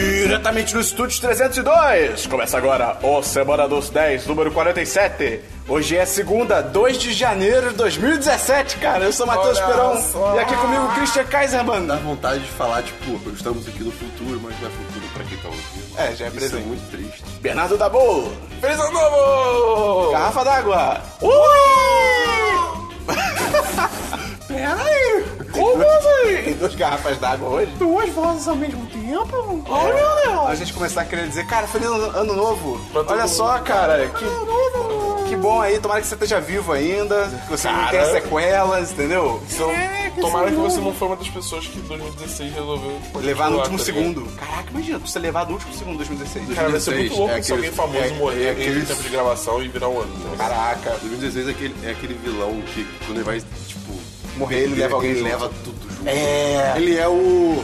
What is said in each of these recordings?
diretamente no Estúdio 302. Começa agora o Semana dos 10, número 47. Hoje é segunda, 2 de janeiro de 2017, cara. Eu sou Matheus Olha Peron só. e aqui comigo Christian Kaiser, Dá mano. vontade de falar, tipo, estamos aqui no futuro, mas não é futuro pra quem tá ouvindo. É, já é Isso é presente. muito triste. Bernardo Dabu, Feliz ano novo! garrafa d'água. Ui! Peraí! Como assim? Tem duas garrafas d'água hoje? É. Duas vozes ao mesmo tempo? A gente começar a querer dizer, cara, feliz ano ano novo. Pra todo Olha mundo. só, cara, que, que bom aí. Tomara que você esteja vivo ainda, que você não Cara. É, tenha sequelas, entendeu? Então, tomara que você não foi uma das pessoas que em 2016 resolveu Levar no último continuar, né? tá ligado? segundo. Caraca, imagina, você levar no último segundo de 2016. Cara, vai ser 2016, muito louco é se alguém aquele- famoso é- morrer é em aquele- tempo de gravação e virar um ano. Então, Caraca, 2016 é aquele, é aquele vilão que quando ele vai, tipo. morrer, ele leva alguém ele junto. leva tudo junto. É. Ele é o.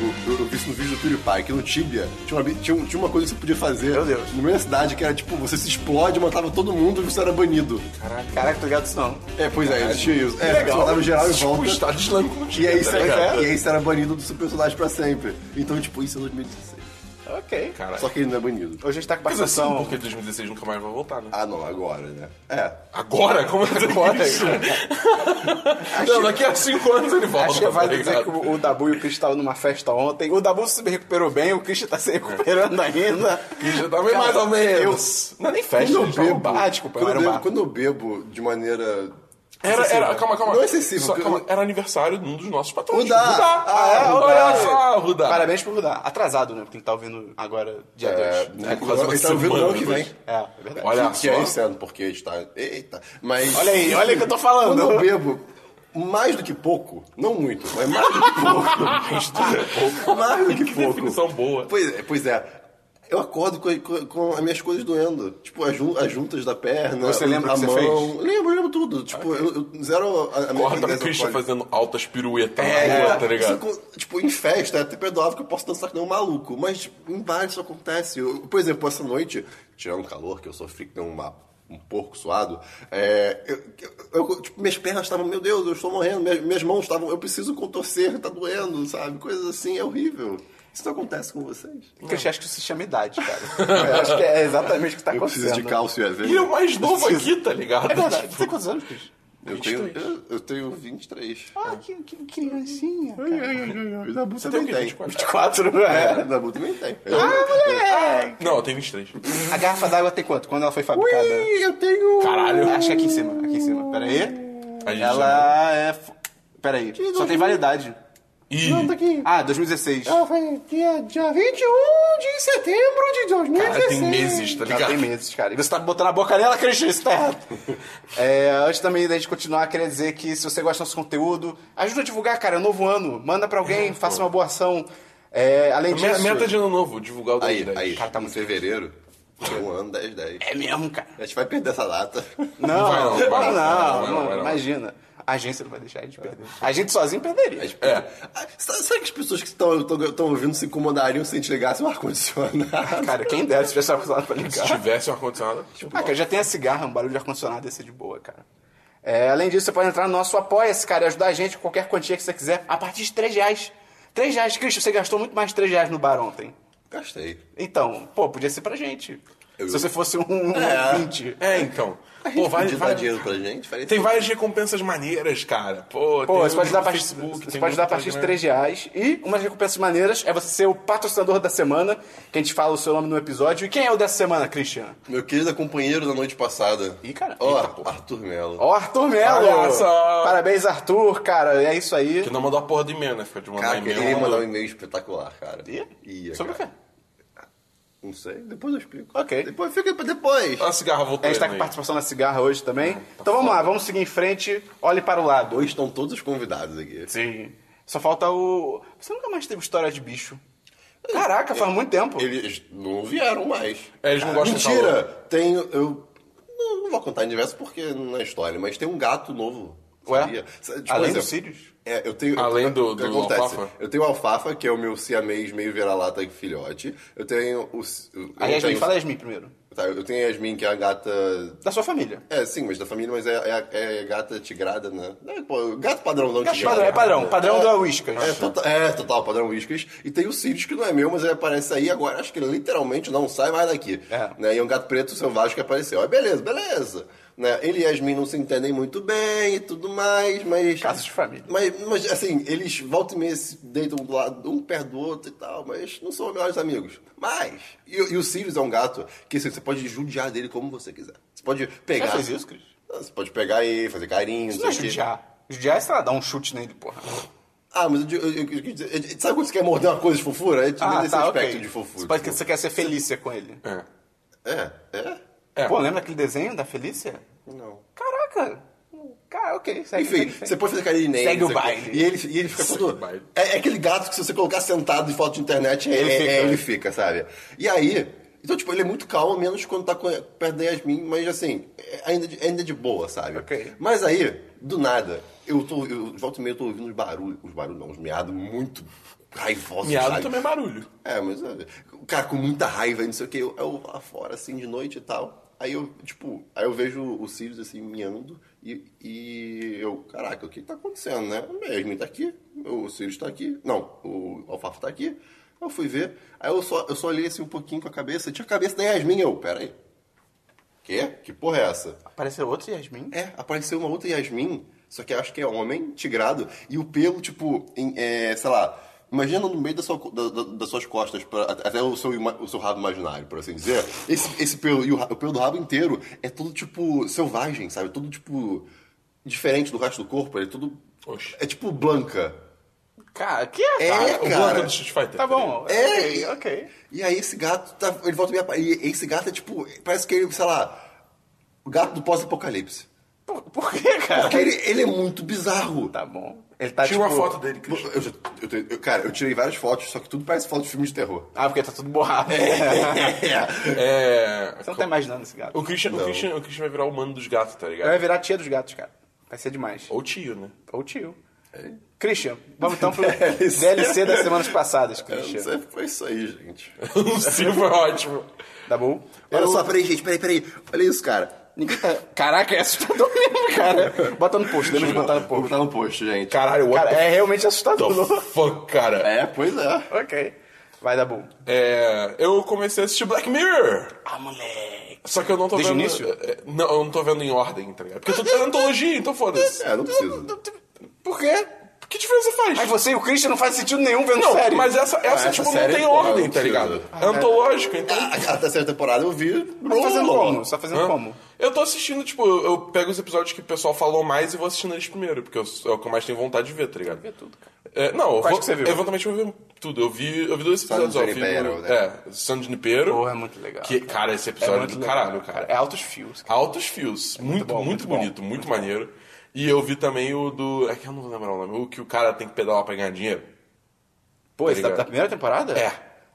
Eu, eu- eu vi isso no vídeo do PewDiePie, que no Tibia tinha uma, tinha, um- tinha uma coisa que você podia fazer. Meu Deus. Na minha cidade, que era tipo, você se explode, matava todo mundo e você era banido. Caraca, tô ligado isso não. É, pois é, existia isso. É, Legal. você matava geral e tipo, o volta. Estado Islâmico não E tinha, aí, tá você, ligado? e aí você era banido do seu personagem pra sempre. Então, tipo, isso é 2016. Ok. Caralho. Só que ele não é banido. Hoje a gente tá com Mas um assim, participação. porque 2016 nunca mais vai voltar, né? Ah, não, agora, né? É. Agora? Como é Agora, que isso? Não, daqui a 5 anos ele volta, Acho que tá vai dizer ligado? que o o Dabu e o Chris estavam numa festa ontem. O Dabu se recuperou bem, o Chris tá se recuperando ainda. Que já tá bem mais ou menos. Não é nem festa, Quando eu gente, tá um bebo. bar. Ah, desculpa, quando, era um eu bebo bar. quando eu bebo de maneira. Era, era, calma, calma. Não é excessivo, Só, porque- calma, era aniversário de um dos nossos patrões. Rudá. Ah, é? Rudá. Olha só, Rudá. Parabéns pro Rudá. Atrasado, né? Porque ele tá ouvindo agora, É. dia 2. né, quase uma ele tá ouvindo semana não que vem. depois. É, é verdade. Olha que é só. esse ano, porque a gente tá. Eita. Mas. Olha aí, olha aí que eu tô Quando eu falando. bebo, mais do que pouco, não muito, mas mais do que pouco. mais do que pouco. mais do que, Que pouco. definição boa. Pois é, pois é. Eu acordo com, com- com as minhas coisas doendo. Tipo, as, jun- as juntas da perna. Você lembra a o que você mão. fez? Lembro, lembro tudo. Tipo, eu, eu zero a, a minha Corta o tendência Christian alcoólica. fazendo altas piruetas É, na rua, tá ligado? isso co- tipo, em festa, até perdoava que eu posso dançar que nem um maluco. Mas tipo, em bar isso acontece. Eu- por exemplo, essa noite, tirando o calor, que eu sofri que nem uma- um porco suado, é, eu, eu- eu- tipo, minhas pernas estavam, meu Deus, eu estou morrendo. Minhas, minhas mãos estavam, eu preciso contorcer, tá doendo, sabe? Coisas assim, é horrível. Isso não acontece com vocês. Christian, acho que isso se chama idade, cara. Eu acho que é exatamente o que tá Eu acontecendo. preciso de cálcio e aveia. E é o mais novo aqui, tá ligado? É verdade. Você tem quantos anos, Christian? Eu tenho, eu, eu tenho 23. Ah, que, que criancinha. cara. O Dabu Você tem o também quê? tem. 24? 24, É, é. o Dabu também tem. Moleque! Não, eu tenho 23. A garrafa d'água tem quanto? Quando ela foi fabricada? Ih, eu tenho... Caralho. Acho que é aqui em cima, aqui em cima. Pera aí. A gente já- Ela é... f- Pera aí. Só tem validade. Ih, tá aqui. Ah, 2016. Hum. Ela foi dia, dia 21 de setembro de 2016. cara, tem meses, tá Já ligado? tem meses, cara. E você tá botando a boca nela, Cristian, isso tá errado. É, antes também da gente continuar, queria dizer que se você gosta do nosso conteúdo, ajuda a divulgar, cara. É um novo ano. Manda pra alguém, faça uma boa ação. É, além Me- disso... Meta tá de ano novo, divulgar o Aí, 10. aí, Cara, tá muito em fevereiro, é um ano 10, 10. É mesmo, cara. A gente vai perder essa data. Não, Vai não, vai não, não, não, vai não, vai não. imagina. A agência não vai deixar a gente perder. A gente sozinho perderia. É. Será que as pessoas que estão estão ouvindo se incomodariam se a gente ligasse o ar-condicionado? Cara, quem dera se tivesse ar-condicionado pra Se ligar. tivesse um ar-condicionado. Ah, cara, já tem a cigarra, um barulho de ar-condicionado ia ser de boa, cara. É, além disso, você pode entrar no nosso Apoia-se, cara, e ajudar a gente com qualquer quantia que você quiser, a partir de 3 reais. 3 reais, Cristo, você gastou muito mais de 3 reais no bar ontem. Gastei. Então, pô, podia ser pra gente. Eu- Se você fosse um, um É. ouvinte. É, então. A gente Pô, vai, podia vai- dar dinheiro pra gente? Faria Tem várias recompensas maneiras, cara. Pô, Pô, tem um você pode no dar a partir, Facebook, você tem um pode no dar a partir de Instagram. 3 reais. E umas recompensas maneiras é você ser o patrocinador da semana, que a gente fala o seu nome no episódio. E quem é o dessa semana, Cristian? Meu querido companheiro da noite passada. Ih, cara. Ó, Eita, porra. Arthur Melo. Ó, Arthur Melo! Olha só! Parabéns, Arthur, cara. É isso aí. Que não mandou a porra do e-mail, né? Ficou de mandar Cara, e-mail. queria mandar mandou- um e-mail espetacular, cara. Ih, Ia, Sobre cara. o quê? Não sei, depois eu explico. Ok. Depois fica pra depois. Olha a cigarra A voltou. gente tá aí com no e-mail. participação na cigarra hoje também. então vamos lá, vamos seguir em frente. Olhe para o lado. Hoje estão todos os convidados aqui. Sim. Só falta o. Você nunca mais teve história de bicho. Caraca, faz muito tempo. Eles não vieram mais. É, eles não gostam de Mentira! Tem. Eu. Não, não vou contar em diversos porque não é história, mas tem um gato novo. Ué? Sabia? Sabe, tipo, Além por do exemplo, Sirius? É, eu tenho. Além eu, do- o que do acontece? alfafa? Eu tenho o alfafa, que é o meu siamês meio vira-lata e filhote. Eu tenho o. s- eu A não Yasmin, tenho- fala a Yasmin primeiro. Tá, eu tenho a Yasmin, que é a gata Da sua família. é, sim, mas da família, mas é, é, é gata tigrada, né? É, pô, gato padrãozão Gato tigrado. padrão, é padrão. Padrão é, da Whiskas. É, total, é, total, padrão Whiskas. E tem o Sirius, que não é meu, mas ele aparece aí agora. Acho que ele literalmente não sai mais daqui. É. Né? E é um gato preto selvagem que apareceu. Aí, beleza, beleza. Né? Ele e a Yasmin não se entendem muito bem e tudo mais, mas... Casos de família. Mas, mas, assim, eles volta e meia se deitam do lado, um perto do outro e tal, mas não são os melhores amigos. Mas, e, e o Sirius é um gato que assim, você pode judiar dele como você quiser. Você pode pegar. Já fez isso, Cris? Ah, Você pode pegar e fazer carinho, Isso não é sei o quê. judiar. Judiar é, sei lá, dar um chute nele, porra. Ah, mas eu, digo- eu, eu, eu- eu- eu- sabe quando você quer morder uma coisa de fofura? É Ah, nesse tá, aspecto ok. de fofura. Você, pode- tipo. você quer ser Felícia com ele. É. É, é? É. Pô, lembra aquele desenho da Felícia? Não. Caraca. Cara, ok. Segue, Enfim, segue, segue. você pode fazer carinho nele. Segue o você pode- baile. E ele, e ele fica Segue o todo... baile. É, é aquele gato que se você colocar sentado em foto de internet, é- é- é- Ele ele, fica, fica, né? sabe? E aí... Então, tipo, ele é muito calmo, menos quando tá com- perto da Yasmin, mas assim, é- ainda de, ainda de boa, sabe? Ok. Mas aí, do nada, eu tô... Eu, de volta e meia eu tô ouvindo os barulhos... Os barulhos não, os miados muito raivosos, Miado sabe? também é barulho. É, mas é, o cara com muita raiva e não sei o que, eu, eu lá fora, assim, de noite e tal. Aí eu, tipo, aí eu vejo o Sirius, assim, miando e, e eu, caraca, o que tá acontecendo, né? O Yasmin tá aqui, o Sirius tá aqui, não, o Alfafa tá aqui. Eu fui ver, aí eu só, eu só olhei, assim, um pouquinho com a cabeça, tinha a cabeça da Yasmin, eu, peraí. Quê? Que porra é essa? Apareceu outro Yasmin? É, apareceu uma outra Yasmin, só que eu acho que é homem, tigrado, e o pelo, tipo, em, é, sei lá, imagina no meio da sua co- da- da- das suas costas, pra- até o seu, ima- o seu rabo imaginário, por assim dizer. Esse, esse pelo, e o, ra- o pelo do rabo inteiro, é todo, tipo, selvagem, sabe? Todo, tipo, diferente do resto do corpo, ele é tudo... Oxe. Ah, É tipo blanca. Cara, que é? É, cara? O Cara. Blanca do Street Fighter. Tá bom. É, ok, e- ok. E aí esse gato, tá, ele volta e meia- e esse gato é, tipo, parece que ele, sei lá, o gato do pós-apocalipse. Por, por que, cara? Porque ele, ele é muito bizarro. Tá bom. Ele tá Tira uma tipo- foto dele, Cris. Eu já- eu tenho- eu- cara, eu tirei várias fotos, só que tudo parece foto de filme de terror. Ah, porque tá tudo borrado. É. É. Você não tá imaginando esse gato. O Christian, o, Christian, o Christian vai virar o mano dos gatos, tá ligado? Ele vai virar tia dos gatos, cara. Vai ser demais. Ou tio, né? Ou tio. É. Christian, vamos então pro DLC. DLC das semanas É, passadas, Christian. Isso- é, Foi isso aí, gente. O Silva é ótimo. Tá bom? Olha só, peraí, gente, peraí, peraí. Olha isso, cara. Ninguém tá... Caraca, é assustador mesmo, cara. Bota no post, lembra de botar no Vou post. botar no post, gente. Caralho, what Cara, the é realmente assustador. fuck, cara. É, pois é. ok. Vai, dar bom. É, eu comecei a assistir Black Mirror. Ah, moleque. Só que eu não tô Desde o vendo. início? é, Não, eu não tô vendo em ordem, tá ligado? Porque eu tô vendo antologia, então foda-se. É, não precisa. Por quê? Que diferença faz? Mas você e o Christian não faz sentido nenhum vendo não, série. mas essa, essa, essa tipo, não série, tem porra, ordem, não tá precisa. ligado? Ah, É antológico, então. A, a Ah, terceira temporada eu vi. Tá fazendo Lolo. como? Você tá fazendo Hã? como? Eu tô assistindo, tipo, eu eu pego os episódios que o pessoal falou mais e vou assistindo eles primeiro, porque eu- é o que eu mais tenho vontade de ver, tá ligado? Ver tudo, cara. não, eu Quais vou- que você viu? eventualmente eu vou ver tudo. Eu vi, eu vi dois episódios, ó. eu vi Junipero, o- né? É, San Junipero. Porra, é muito legal. Que, cara, esse episódio é do caralho, cara. É altos fios. cara. Altos fios. muito, bom, muito, muito bom. bonito, muito, maneiro. E eu vi também o do. É que eu não vou lembrar o nome. O que o cara tem que pedalar pra ganhar dinheiro. Pô, esse da, ligado? da primeira temporada? É.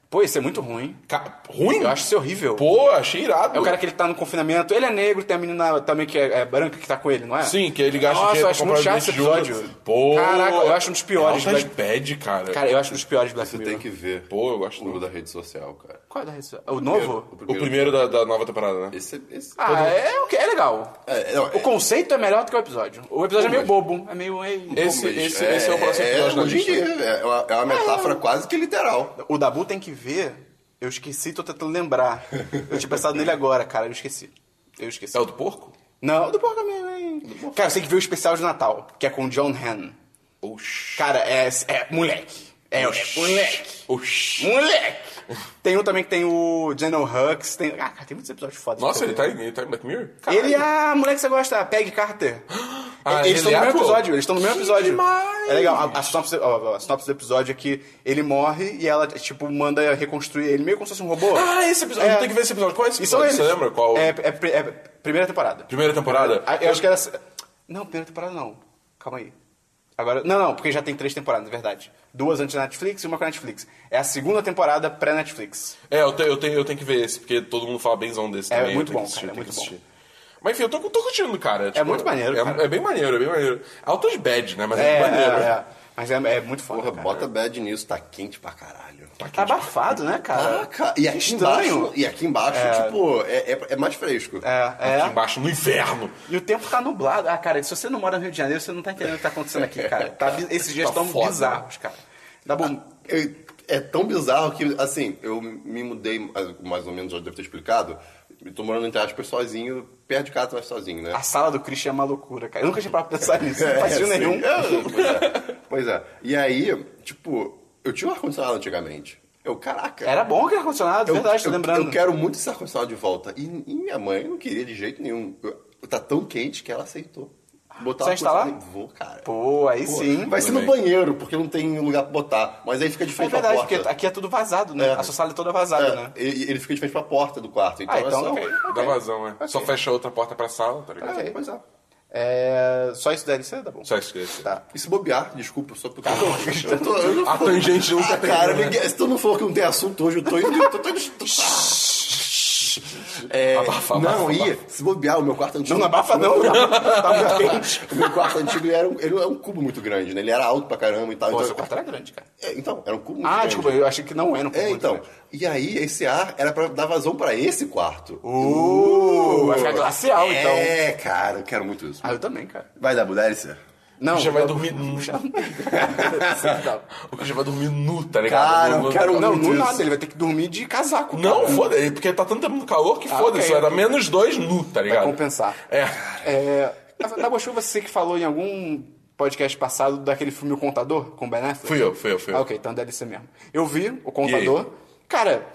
Pô, esse Tá é muito ruim. Ca- Ruim? Eu acho isso horrível. Pô, achei irado. É o cara que ele tá no confinamento, ele é negro, tem a menina também que é, é branca que tá com ele, não é? Sim, que ele gasta Nossa, dinheiro eu pra acho muito comprar chato esse doente de episódio. outro. Pô, Caraca, eu acho um dos piores. É altas Black- bad, cara. Cara, eu acho um dos piores de Black Você Mirror. tem que ver. Pô, eu gosto O do... da rede social, cara. Qual é da rede social? O novo? O primeiro da, da nova temporada, né? Esse, esse... Ah, é, ok, é legal. É, não, O conceito é melhor do que o episódio. O episódio é meio bobo, é meio... um é- Esse, esse, esse é o próximo episódio na hoje em lista. dia, é uma, é uma metáfora quase que literal. O Dabu tem que ver, eu esqueci, tô tentando lembrar. Eu tinha pensado nele agora, cara, eu esqueci. Eu esqueci. É o do porco? Não, do Porca Man, hein? Cara, você tem que ver o especial de Natal, que é com o John Han. Oxi. Cara, é, é moleque. É, é moleque. Oxi. Moleque! tem um também que tem o General Hux. Tem... Ah, cara, tem muitos episódios foda. Nossa, ele tá, em- ele tá em Black Mirror? Ele e a mulher que você gosta, a Peg Carter. eles Ah, ele estão no é mesmo ator. episódio, eles estão no mesmo Que episódio. demais! É legal, a, a sinopse, ó, a sinopse do episódio é que ele morre e ela, tipo, manda reconstruir ele, meio como se fosse um robô. Ah, esse episódio. É. Tem que ver esse episódio. Qual é esse E são episódio? eles. Você lembra qual? É, é pri- é primeira temporada. Primeira temporada? Ah, Eu acho que era. Não, primeira temporada não. Calma aí. Agora. Não, não, porque já tem três temporadas, na verdade. Duas antes da Netflix e uma com a Netflix. É a segunda temporada pré-Netflix. É, eu, te, eu, tenho, eu tenho que ver esse, porque todo mundo fala benzão desse É também. eu muito tenho bom, que assistir, cara, é eu tenho muito que assistir. Mas enfim, eu tô, tô curtindo, cara. Tipo, muito maneiro, É, cara. é bem maneiro, é bem maneiro. Altas bad, né? Mas é, É, muito maneiro. é, é. Mas é, é muito foda. Porra, cara. bota bad nisso, tá quente pra caralho. Tá abafado, né, cara? Caraca, e aqui Estranho. embaixo, e aqui embaixo, tipo, é, é, é mais fresco. É, Aqui é. embaixo, no inferno. E o tempo tá nublado. Ah, cara, se você não mora no Rio de Janeiro, você não tá entendendo o que tá acontecendo aqui, cara. Tá bi- esses dias Tá tão foda. bizarros, cara. Dá bom. Eu- é tão bizarro que, assim, eu me mudei, mais ou menos, já devo ter explicado, e tô morando, entre aspas, sozinho, perto de casa, mas sozinho, né? A sala do Christian é uma loucura, cara. Eu nunca tinha parado pra pensar nisso. Não faz É, sentido assim, nenhum. é, pois, é, pois é. E aí, tipo, eu tinha um ar-condicionado antigamente. Eu, caraca. Era bom que era ar-condicionado, eu, verdade, tô eu- lembrando. Eu quero muito esse ar-condicionado de volta. E, e minha mãe não queria de jeito nenhum. Eu- tá tão quente que ela aceitou. Botar Você o ar-condicionado instalar? e Vou, cara. Pô, aí Pô, sim. Vai ser no Também. banheiro, porque não tem lugar pra botar. Mas aí fica de É frente pra verdade, porta. porque aqui é tudo vazado, né? É. A sua sala é toda vazada, É, né? e- e ele fica de frente pra porta do quarto. Então, Ah, é então só- ok. Dá vazão, é. Assim. Só fecha outra porta pra sala, tá ligado? É, pois é. É... Só isso DLC, tá bom? Só isso que eu ia dizer. Tá. E se bobear, desculpa, só porque. eu tô, eu não A tô- tangente nunca Ah, tem. cara, né? Miguel, se tu não falou que não tem assunto hoje, eu tô indo. Eu tô, tô, tô- É, Abafa, abafa, não, abafa. e se bobear, o meu quarto antigo. Não, não abafa não. tá muito quente. O meu quarto antigo ele era, um, ele era um cubo muito grande, né? Ele era alto pra caramba e tal. Pô, seu então, quarto era grande, cara. é, então, era um cubo muito Ah, grande. desculpa, eu achei que não era um pouco É, então. E aí, esse ar era pra dar vazão pra esse quarto. Uh, vai ficar glacial, então. É, cara, eu quero muito isso. Ah, eu também, cara. Vai dar bulércia? Não, Já vai eu- dormir nu. O que já vai dormir nu, tá ligado? Cara, No- eu quero Não, muito não isso. nada, ele vai ter que dormir de casaco. Não, cara. foda-se, porque tá tanto tempo no calor que Ah, foda-se, ok. era menos dois nu, tá Vai ligado? compensar. É. É, na Bochu, você que falou em algum podcast passado daquele filme O Contador, com o Ben Affleck? Fui eu, fui eu, fui eu. Ah, ok, então deve ser mesmo. Eu vi O Contador. Cara,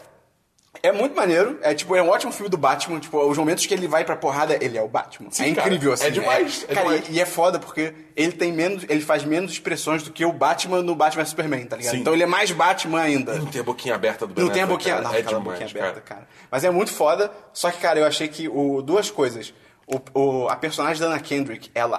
é muito maneiro. É tipo, é um ótimo filme do Batman. Tipo, os momentos que ele vai pra porrada, ele é o Batman. é cara, incrível, assim. é demais, é cara, demais. E, e é foda porque ele tem menos. Ele faz menos expressões do que o Batman no Batman vs Superman, tá ligado? Sim. Então ele é mais Batman ainda. Não tem a boquinha aberta do Ben Não tem a Affleck, boquinha, cara. não, é aquela demais, boquinha cara. aberta, cara. Mas é muito foda. Só que, cara, eu achei que o, duas coisas. O, o- a personagem da Anna Kendrick, ela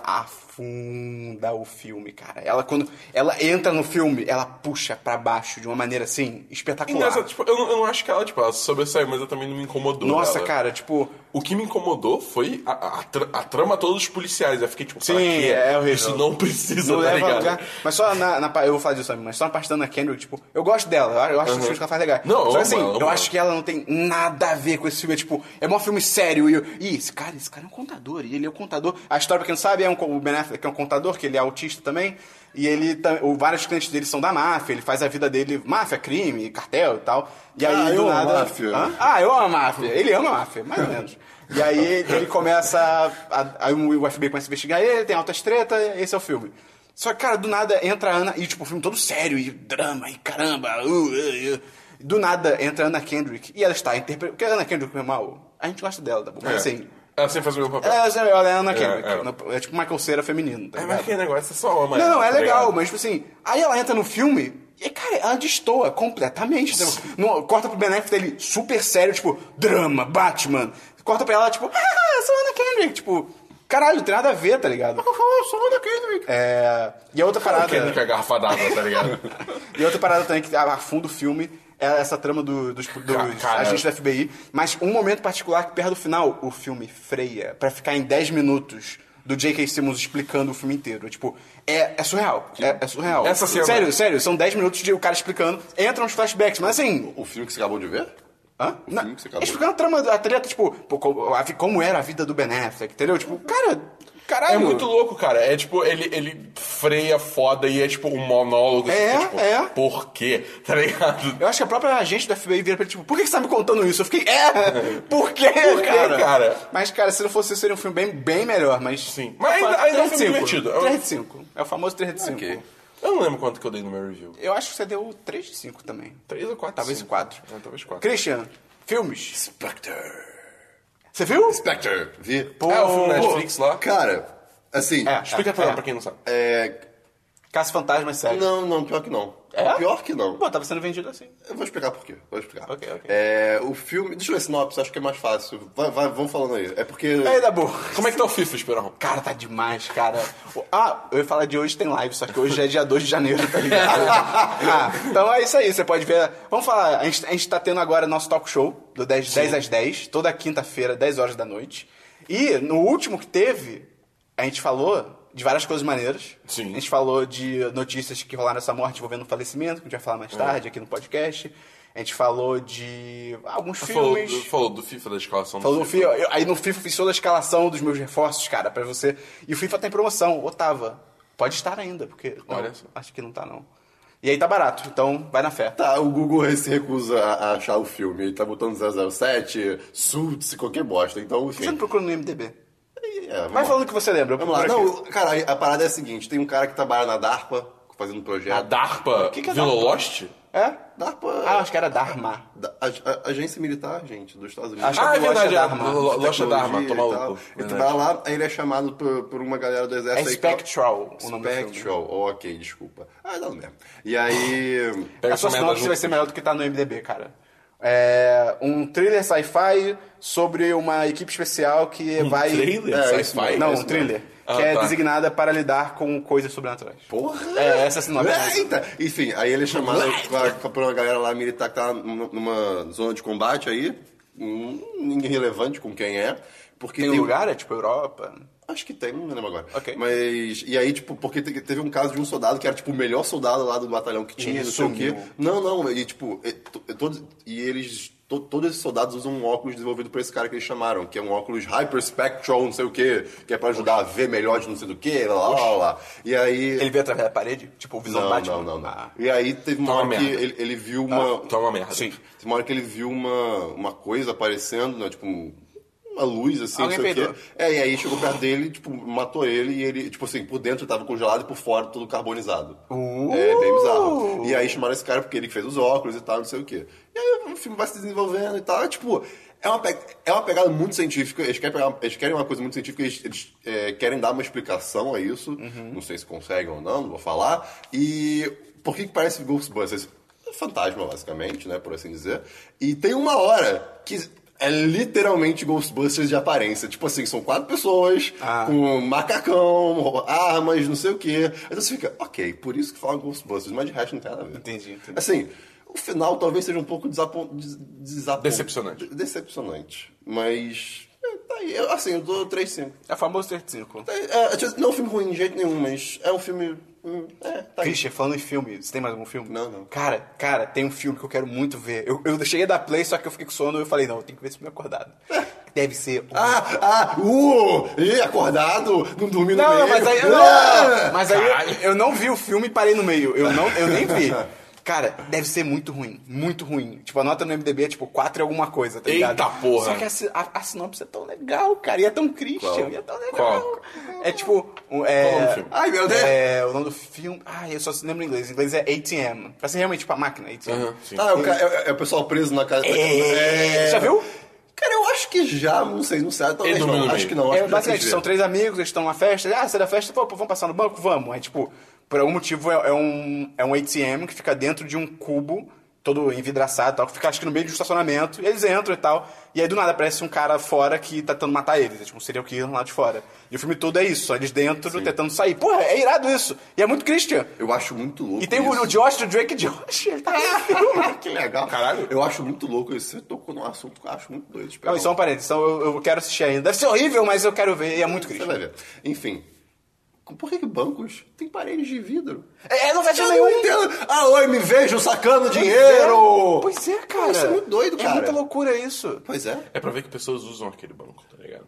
afunda o filme, cara. Ela, quando ela entra no filme, ela puxa pra baixo de uma maneira assim, E espetacular. nessa, tipo, eu, não- eu não acho que ela, tipo, ela sobressaiu, mas eu também não me incomodou. Nossa, dela. cara, tipo. O que me incomodou foi a, a- a tra- a trama toda dos policiais. Eu fiquei tipo, Sim, pra quê? é horrível. Isso não precisa, Não tá leva a ligado? lugar. Mas só na, na pa- Eu vou falar disso também, mas só na parte da Anna Kendrick, tipo, eu gosto dela, eu- eu acho os filmes que ela faz legal. Não, eu só que amo assim, ela, eu amo eu ela. acho que ela não tem nada a ver com esse filme. É tipo, é um filme sério. E, eu, Ih, esse cara, esse cara é um contador. E ele é um contador. A história, pra quem não sabe, é um, co- o Ben Affleck é um contador, que ele é autista também. E ele tam- o, vários clientes dele são da máfia, ele faz a vida dele, máfia, crime, cartel e tal. E aí, Ah, do eu amo nada. máfia. Hã? Ah, eu amo a máfia. Ele ama a máfia, mais ou menos. E aí ele ele começa. a- a- Aí o FBI começa a investigar ele, tem altas tretas, esse é o filme. Só que, cara, do nada entra a Ana. E tipo, o filme todo sério, e drama, e caramba. uh, uh, uh. Do nada entra a Ana Kendrick. E ela está interpretando. Porque a Ana Kendrick é mal. A gente gosta dela, tá bom? Mas É. assim. Ela sempre faz o mesmo papel. Ela, ela é a Ana Kendrick. é. não- É, tipo Michael Cera feminino, tá É, ligado? mas que negócio, é só uma. Não, não, é tá legal, ligado? mas tipo assim, aí ela entra no filme e, cara, ela destoa completamente. entendeu? Não, corta pro Ben Affleck dele super sério, tipo, drama, Batman. Corta pra ela, tipo, ah, sou Anna Kendrick, tipo, caralho, não tem nada a ver, tá ligado? Só da Kendrick. É, E a outra Ela parada. quer me pegar garrafa d'água, tá ligado? E outra parada também que afunda o filme é essa trama do- dos, dos Ca- cara. é. agentes da FBI. Mas um momento particular que perto do final, o filme freia pra ficar em 10 minutos do J.K. Simmons explicando o filme inteiro. Tipo, é, é surreal. É, é surreal. Essa cena- Sério, sério. São 10 minutos de o cara explicando. Entram os flashbacks, mas assim... O filme que você acabou de ver? Hã? O Não, filme que você acabou. explicando a trama da treta, tipo, pô, como, a- como era a vida do Ben Affleck, entendeu? Tipo, cara, caralho. É muito louco, cara. É tipo, ele, ele freia foda e é tipo um monólogo. É, assim, tipo, é. Por quê? Tá ligado? Eu acho que a própria agente do FBI vira pra ele, tipo, por que você tá me contando isso? Eu fiquei, é! Por quê, Por quê, cara? Mas, cara, se não fosse isso, seria um filme bem, bem melhor, mas... Sim. Mas ainda- ainda é um 3 de filme divertido. É um- 3 de 5. É o famoso 3 de 5. Ok. Eu não lembro quanto que eu dei no meu review. Eu acho que você deu 3 de 5 também. Três ou quatro? Talvez cinco. 4. É, talvez quatro. Christian, filmes. Spectre. Você viu? Spectre. Vi. Pô, é o filme Netflix lá. Cara, assim. É. Explica pra, é. pra quem não sabe. é, Caça Fantasmas, sério. Não, não, pior que não. É? Pior que não. Pô, tava sendo vendido assim. Eu vou explicar por quê. Vou explicar. Ok, ok. É, o filme. Deixa eu ler sinopse, acho que é mais fácil. Vai, vai, vamos falando aí. É porque. Aí, Dabu. Como é que tá o FIFA, Esperão? Cara, tá demais, cara. O- Ah, eu ia falar de hoje tem live, só que hoje já é dia 2 de janeiro, tá ligado? Ah, então é isso aí, você pode ver. Vamos falar, a gente, a gente tá tendo agora nosso talk show, do 10, 10 às 10, toda quinta-feira, 10 horas da noite. E no último que teve, a gente falou de várias coisas maneiras. Sim. A gente falou de notícias que rolaram essa morte envolvendo o falecimento, que a gente vai falar É. mais tarde aqui no podcast. A gente falou de alguns Falou, filmes. falou do FIFA, da escalação Falou do FIFA. Eu- aí no FIFA fiz toda a escalação dos meus reforços, cara, pra você. E o FIFA tá em promoção, ou tava. Pode estar ainda, porque. não, Olha só. Acho que não tá, não. E aí tá barato, então vai na fé. Tá, o Google se recusa a a achar o filme. Ele tá botando 007, Suits, qualquer bosta. Então, Por que Você não enfim. procura no MDB. Tá É, vamos Vai lá. falando o que você lembra. eu Vamos lá. procuro aqui. Não, cara, a parada é a seguinte: tem um cara que trabalha na DARPA, fazendo um A projeto. DARPA, que que é Vila DARPA? Lost? Ah, É? DARPA. Ah, acho que era Dharma. Da- a- a- agência militar, gente, dos Estados Unidos. Acho ah, é que é verdade, Lost é é Dharma. Lo- Lost é Tecnologia Dharma, tô e tal. Então maluco. Ele É Verdade. um- trabalha lá, aí ele é chamado por, por uma galera do né? É exército. aí que tá- Spectral o nome do filme. Spectral, ok, desculpa. Ah, não mesmo. E aí. Pega A sua essa merda É sinopse junto. vai ser melhor do que tá no MDB, cara. É um thriller sci-fi sobre uma equipe especial que vai. Um thriller É, sci-fi? isso mesmo. Não, um thriller. Ah, que é tá. designada para lidar com coisas sobrenaturais. Porra! É, essa é a sinopse. Eita! Enfim, aí ele é chamado pra- pra- por uma galera lá militar que tá numa, numa zona de combate aí. Hum, Ninguém relevante com quem é. Porque Tem lugar? É tipo Europa? Acho que tem, não me lembro agora. Ok. Mas. E aí, tipo, porque te- teve um caso de um soldado que era, tipo, o melhor soldado lá do batalhão que tinha, ele não sei o quê. sumiu. Não, não, e tipo, e, to- e todos, e eles. to- todos esses soldados usam um óculos desenvolvido por esse cara que eles chamaram, que é um óculos hyperspectral, não sei o quê, que é pra ajudar a ver melhor de não sei do quê, lá, lá, lá, lá. E aí. Ele vê através da parede? Tipo, o visão Não, Batman? não, não, não. Ah. E aí teve uma Tá uma hora que merda. ele, ele viu uma. Tá uma merda. Sim. Teve uma hora que ele viu uma, uma coisa aparecendo, né? Tipo, um- uma luz, assim, Alguém não sei o quê. peidou. É, e aí chegou perto dele, tipo, matou ele e ele, tipo assim, por dentro tava congelado e por fora todo carbonizado. É bem bizarro. E aí chamaram esse cara porque ele que fez os óculos e tal, não sei o quê. E aí o filme vai se desenvolvendo e tal. É, tipo. É uma, pe- é uma pegada muito científica, eles querem, pegar- eles querem uma coisa muito científica, eles, eles, é, querem dar uma explicação a isso, não sei se conseguem ou não, não vou falar. E por que, que parece Ghostbusters? É Fantasma, basicamente, né, por assim dizer. E tem uma hora que é literalmente Ghostbusters de aparência. Tipo assim, são quatro pessoas Ah. com macacão, armas, não sei o quê. Aí você fica, ok, por isso que fala Ghostbusters, mas de resto não tem nada a ver. Entendi, entendi. Assim, o final talvez seja um pouco desapon... des- desapon- Decepcionante. de- Decepcionante. Mas. é, Tá aí. Eu, assim, eu dou 3-5. É o famoso 35. É, é, tipo, não é um filme ruim de jeito nenhum, mas é um filme. hum, É, tá aí. Christian, falando em filme, você tem mais algum filme? Não, não. Cara, cara, tem um filme que eu quero muito ver. Eu, eu cheguei da play, só que eu fiquei com sono e eu falei, não, eu tenho que ver esse filme acordado. Deve ser um Ah, ah, uh! Ih, acordado, não dormi no Não, meio. mas aí. Ah! Não, mas aí Caralho. eu, eu não vi o filme e parei no meio. Eu, não, eu nem vi. Cara, deve ser muito ruim. Muito ruim. Tipo, a nota no MDB é tipo 4 e alguma coisa, tá ligado? Eita porra. Só que a, si- a- a sinopse é tão legal, cara. E é tão Christian. Qual? E é tão legal. Qual? É tipo. um, É, Qual o nome do filme? Ai, meu Deus. É, o nome do filme. Ai, eu só se lembro em inglês. Em inglês é ATM. Parece realmente tipo a máquina, ATM. Aham, sim. Ah, é o, ca- é- é o pessoal preso na casa. É. Já viu? Cara, eu acho que já, não sei, não sei. Talvez Ele dormiu não, no acho que meio. não. Acho É, que já quis basicamente, ver. são três amigos, eles estão numa festa. Ah, você é da festa? Pô, pô, vamos passar no banco? Vamos. Aí, tipo, por algum motivo, é, é um, é um ATM que fica dentro de um cubo, todo envidraçado e tal, que fica, acho que, no meio de um estacionamento. E eles entram e tal. E aí, do nada, aparece um cara fora que tá tentando matar eles. É, tipo, um serial killer lá de fora. E o filme todo é isso. só Eles dentro, tentando sair. Porra, é irado isso. E é muito Christian. Eu acho muito louco. E tem o, isso. o Josh do Drake Josh. Ele tá no filme. Ah, que legal. Caralho. Eu acho muito louco isso. Você tocou num assunto que eu acho muito doido. Não, e só um parênteses. Então, eu, eu quero assistir ainda. Deve ser horrível, mas eu quero ver. E é muito Você Christian. vai ver. Enfim. Por que, que bancos têm paredes de vidro? É, é, não vai Eu ser não nenhum. entendo. Ah, oi, me vejo sacando Pois dinheiro. é. Pois é, cara. Isso é muito doido, cara. É muita loucura isso. Pois é. É pra ver que pessoas usam aquele banco, tá ligado?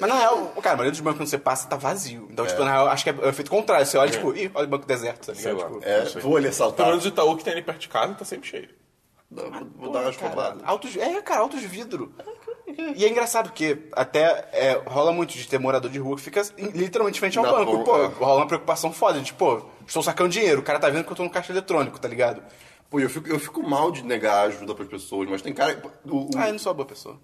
Mas na real, cara, a maioria dos bancos quando você passa tá vazio. Então, tipo, na real, acho que é o efeito contrário. Você olha, tipo, ih, olha o banco deserto, tá Sei ligado? lá. Tipo, É, Não sei. vou lhe Pelo assaltar. menos o Itaú que tem ali perto de casa tá sempre cheio. Vou, vou dar umas Ah, cara, poupadas. altos, é, cara, altos vidro. E é engraçado porque até é, rola muito de ter morador de rua que fica em- literalmente frente ao Na banco. ponta, Pô, é. rola uma preocupação foda. de tipo, pô, estou sacando dinheiro, o cara tá vendo que eu tô no caixa eletrônico, tá ligado? Pô, eu fico, eu fico mal de negar ajuda pras pessoas, mas tem cara. o- o- Ah, eu não sou uma boa pessoa.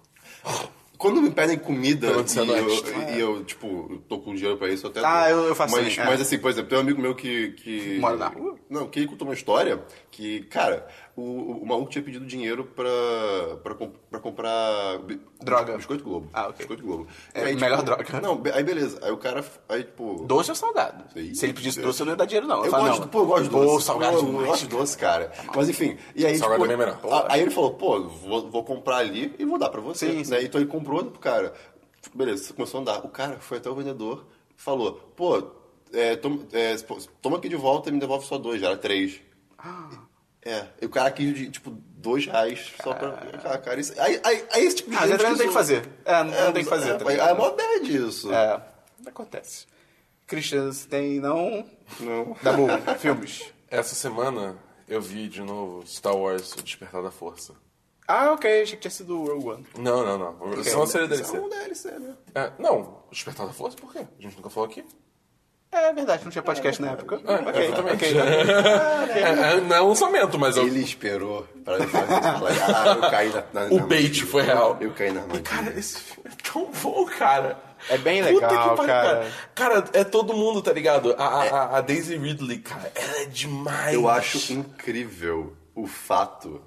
Quando me pedem comida Pelo menos e você é honesto. eu, e eu, tipo, eu tô com dinheiro pra isso, eu até Ah, dou. eu- eu faço mas, também, é. mas assim, por exemplo, tem um amigo meu que... que Uh, Mora na rua? Não, que ele contou uma história que, cara, o, o, o maluco tinha pedido dinheiro pra, pra, comp- pra comprar... bi- Droga. Biscoito Globo. Ah, ok. Biscoito Globo. tipo, É, melhor droga. Não, be- aí beleza. Aí o cara, aí tipo... Doce ou salgado? Sim. Se ele pedisse doce, eu não ia dar dinheiro, não. Eu falo, gosto, não. pô, eu gosto de doce. Pô, salgado eu, eu demais, gosto de doce, cara. Mas enfim, e aí, Salgado tipo, é bem melhor. a- aí ele falou, pô, vou, vou comprar ali e vou dar pra você, Sim, né? Então ele comprou, cara, Beleza, você começou a andar. O cara foi até o vendedor falou: pô, é, tom- é, pô, toma aqui de volta e me devolve só dois, já era três. É, e o cara quis, de, tipo, dois reais só pra. Ah, cara, isso, aí, aí, aí esse tipo de Ah, mas gente. também não tem o que zoa. fazer. É, não, não tem o que fazer. É, tá mas ligado? é mó bad isso. É, acontece. Christian, você tem não. Não. Da boa, filmes. Essa semana eu vi de novo Star Wars O Despertar da Força. Ah, ok, achei que tinha sido o Rogue One. Não, não, não. Isso é uma série Isso DLC. é um DLC, né? É, não, O Despertar da Força por quê? A gente nunca falou aqui. É verdade, não tinha podcast na época. ok, exatamente. ok. É, é, não é um lançamento, mas eu- Ele esperou pra eu fazer isso. Falei, ah, eu caí na, na- o na bait foi real. Eu caí na armadilha. Cara, esse filme é tão bom, cara. É bem Puta legal, que pariu, cara. cara. Cara, é todo mundo, tá ligado? A, a, a- a Daisy Ridley, cara, ela é demais. Eu acho incrível o fato,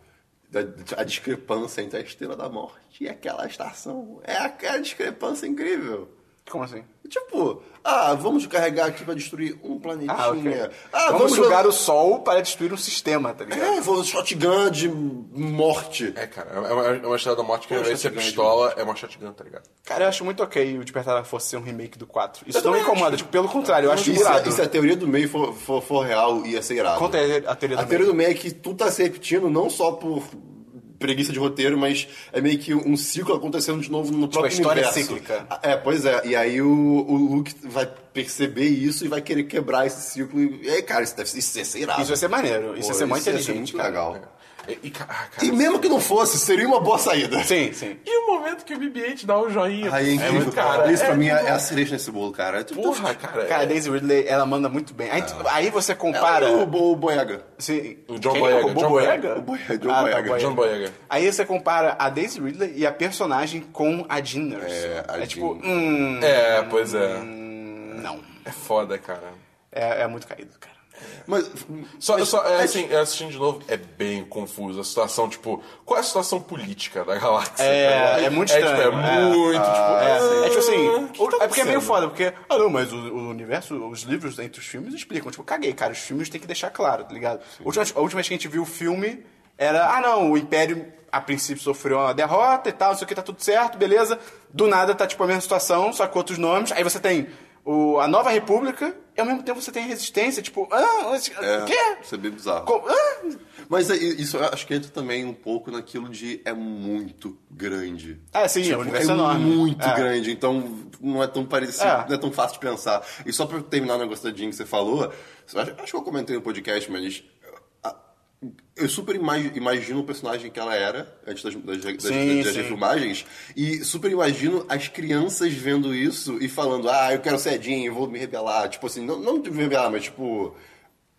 da, a discrepância entre a Estrela da Morte e aquela estação. É a, é a discrepância incrível. Como assim? Tipo, ah, vamos carregar aqui pra destruir um planetinha. Ah, Ah, ok. vamos, Vamos jogar o sol para destruir um sistema, tá ligado? É, vou shotgun de morte. É, cara, é uma, é uma estrela da morte que Pô, ao invés de ser shotgun é pistola, é uma shotgun, tá ligado? Cara, eu acho muito ok o Despertar da Força ser um remake do 4. Isso não me também incomoda, tipo, pelo contrário, eu acho E se, a- irado. e se é a teoria do meio for, for, for real, ia ser irado. Conta aí a teoria A do meio. teoria do meio é que tudo tá se repetindo, não só por preguiça de roteiro, mas é meio que um ciclo acontecendo de novo no próprio história é universo. cíclica. É, pois é. E aí o, o Luke vai perceber isso e vai querer quebrar esse ciclo. E, e aí, cara, isso deve isso ia ser irado. Isso vai ser maneiro, isso Pô, ia ser muito isso é inteligente, muito cara. É. legal. E, e, ca- ah, cara, E mesmo que não fosse, seria uma boa saída. Sim, sim. e o momento que o BB-8 dá um joinha. Aí é incrível, muito- cara. Isso pra é- mim é, é a cereja nesse bolo, cara. Porra, cara. Cara, a é- Daisy Ridley, ela manda muito bem. Aí, tu- aí você Para. compara... É O, o, o Boyega. Sim. O John Quem? Boyega, O Bob John Boyega? Boyega. O Boyega, John Ah, tá, Boyega. Boyega. é John Boyega. Aí você compara a Daisy Ridley e a personagem com a Jean Nurse. É, a é tipo, Jean. hum, É, pois é. não. É foda, cara. É, é muito caído, cara. Mas, Só, mas- só é, mas- assim, é, assistindo de novo, é bem confuso a situação, tipo, qual é a situação política da galáxia? tá ligado? É, é muito estranho. É, tipo, é, muito, tipo... É, é tipo assim, "Ah, que o- tá é porque é meio acontecendo?" foda, porque, ah não, mas o, o universo, os livros entre os filmes explicam. Tipo, caguei, cara, os filmes tem que deixar claro, tá ligado? A última, a última vez que a gente viu o filme era, ah não, o Império a princípio sofreu uma derrota e tal, isso aqui tá tudo certo, beleza. Do nada tá tipo a mesma situação, só com outros nomes. Aí você tem o, a Nova República e ao mesmo tempo você tem a Resistência, tipo, ah, esse- o quê? Isso é bem bizarro. Co- ah? Mas é, isso eu acho que entra também um pouco naquilo de é muito grande. Ah, sim, é um universo enorme. Tipo, muito É. grande, então não é tão parecido, É. não é tão fácil de pensar. E só pra terminar o negócio da Jean que você falou, eu acho, acho que eu comentei no podcast, mas a- eu super imag- imagino o personagem que ela era antes das, das, das- Sim, das sim. filmagens, e super imagino as crianças vendo isso e falando, ah, eu quero ser a Jean, eu vou me rebelar. Tipo assim, não, não me rebelar, mas tipo.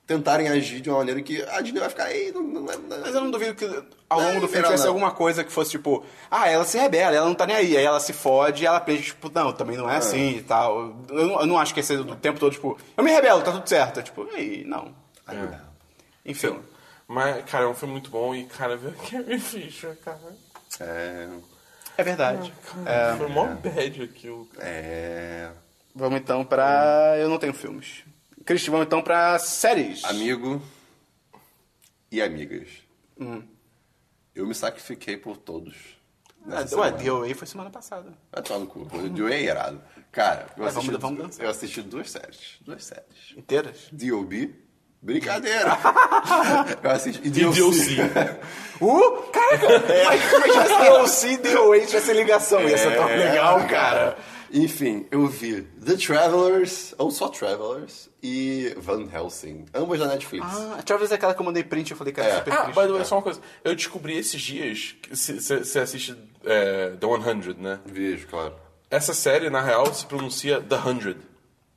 Tentarem agir de uma maneira que a Disney vai ficar. Ei, não, não, é, não, Mas eu não duvido que ao longo do Não, filme não, tivesse não. alguma coisa que fosse tipo, ah, ela se rebela, ela não tá nem aí, aí ela se fode e ela aprende, tipo, não, também não é assim e tal. Eu não, eu não acho que esse do tempo todo, tipo, eu me rebelo, tá tudo certo. É Tipo, aí, não. Enfim. Mas, cara, é um filme muito bom e, cara, ver o Carrie Fisher, cara. É. É verdade. cara Foi mó bad aquilo. É. Vamos então pra. Eu não tenho filmes. Cristian, vamos então pra séries. Amigo e amigas. Hum. Eu me sacrifiquei por todos. Ah, nessa Ué, semana. DOA foi semana passada. Vai tomar no cu. Deu é irado. Cara, eu Mas vamos- assisti, vamos dançar. eu assisti duas séries. Duas séries. Inteiras? D.O.B. Brincadeira. eu assisti. E DLC. Uh! Caraca! Mas é Imagina se DLC e DOA tivesse ligação. Ia ser tão É. Tá legal, cara. É, Enfim, eu vi The Travelers, ou só Travelers, e Van Helsing. Ambas da Netflix. Ah, a Travis é aquela que eu mandei print e eu falei, cara, é. É. super Ah, triste. by the way, só uma coisa. Eu descobri esses dias, que você assiste é, The 100, né? Vejo, claro. Essa série, na real, se pronuncia The 100.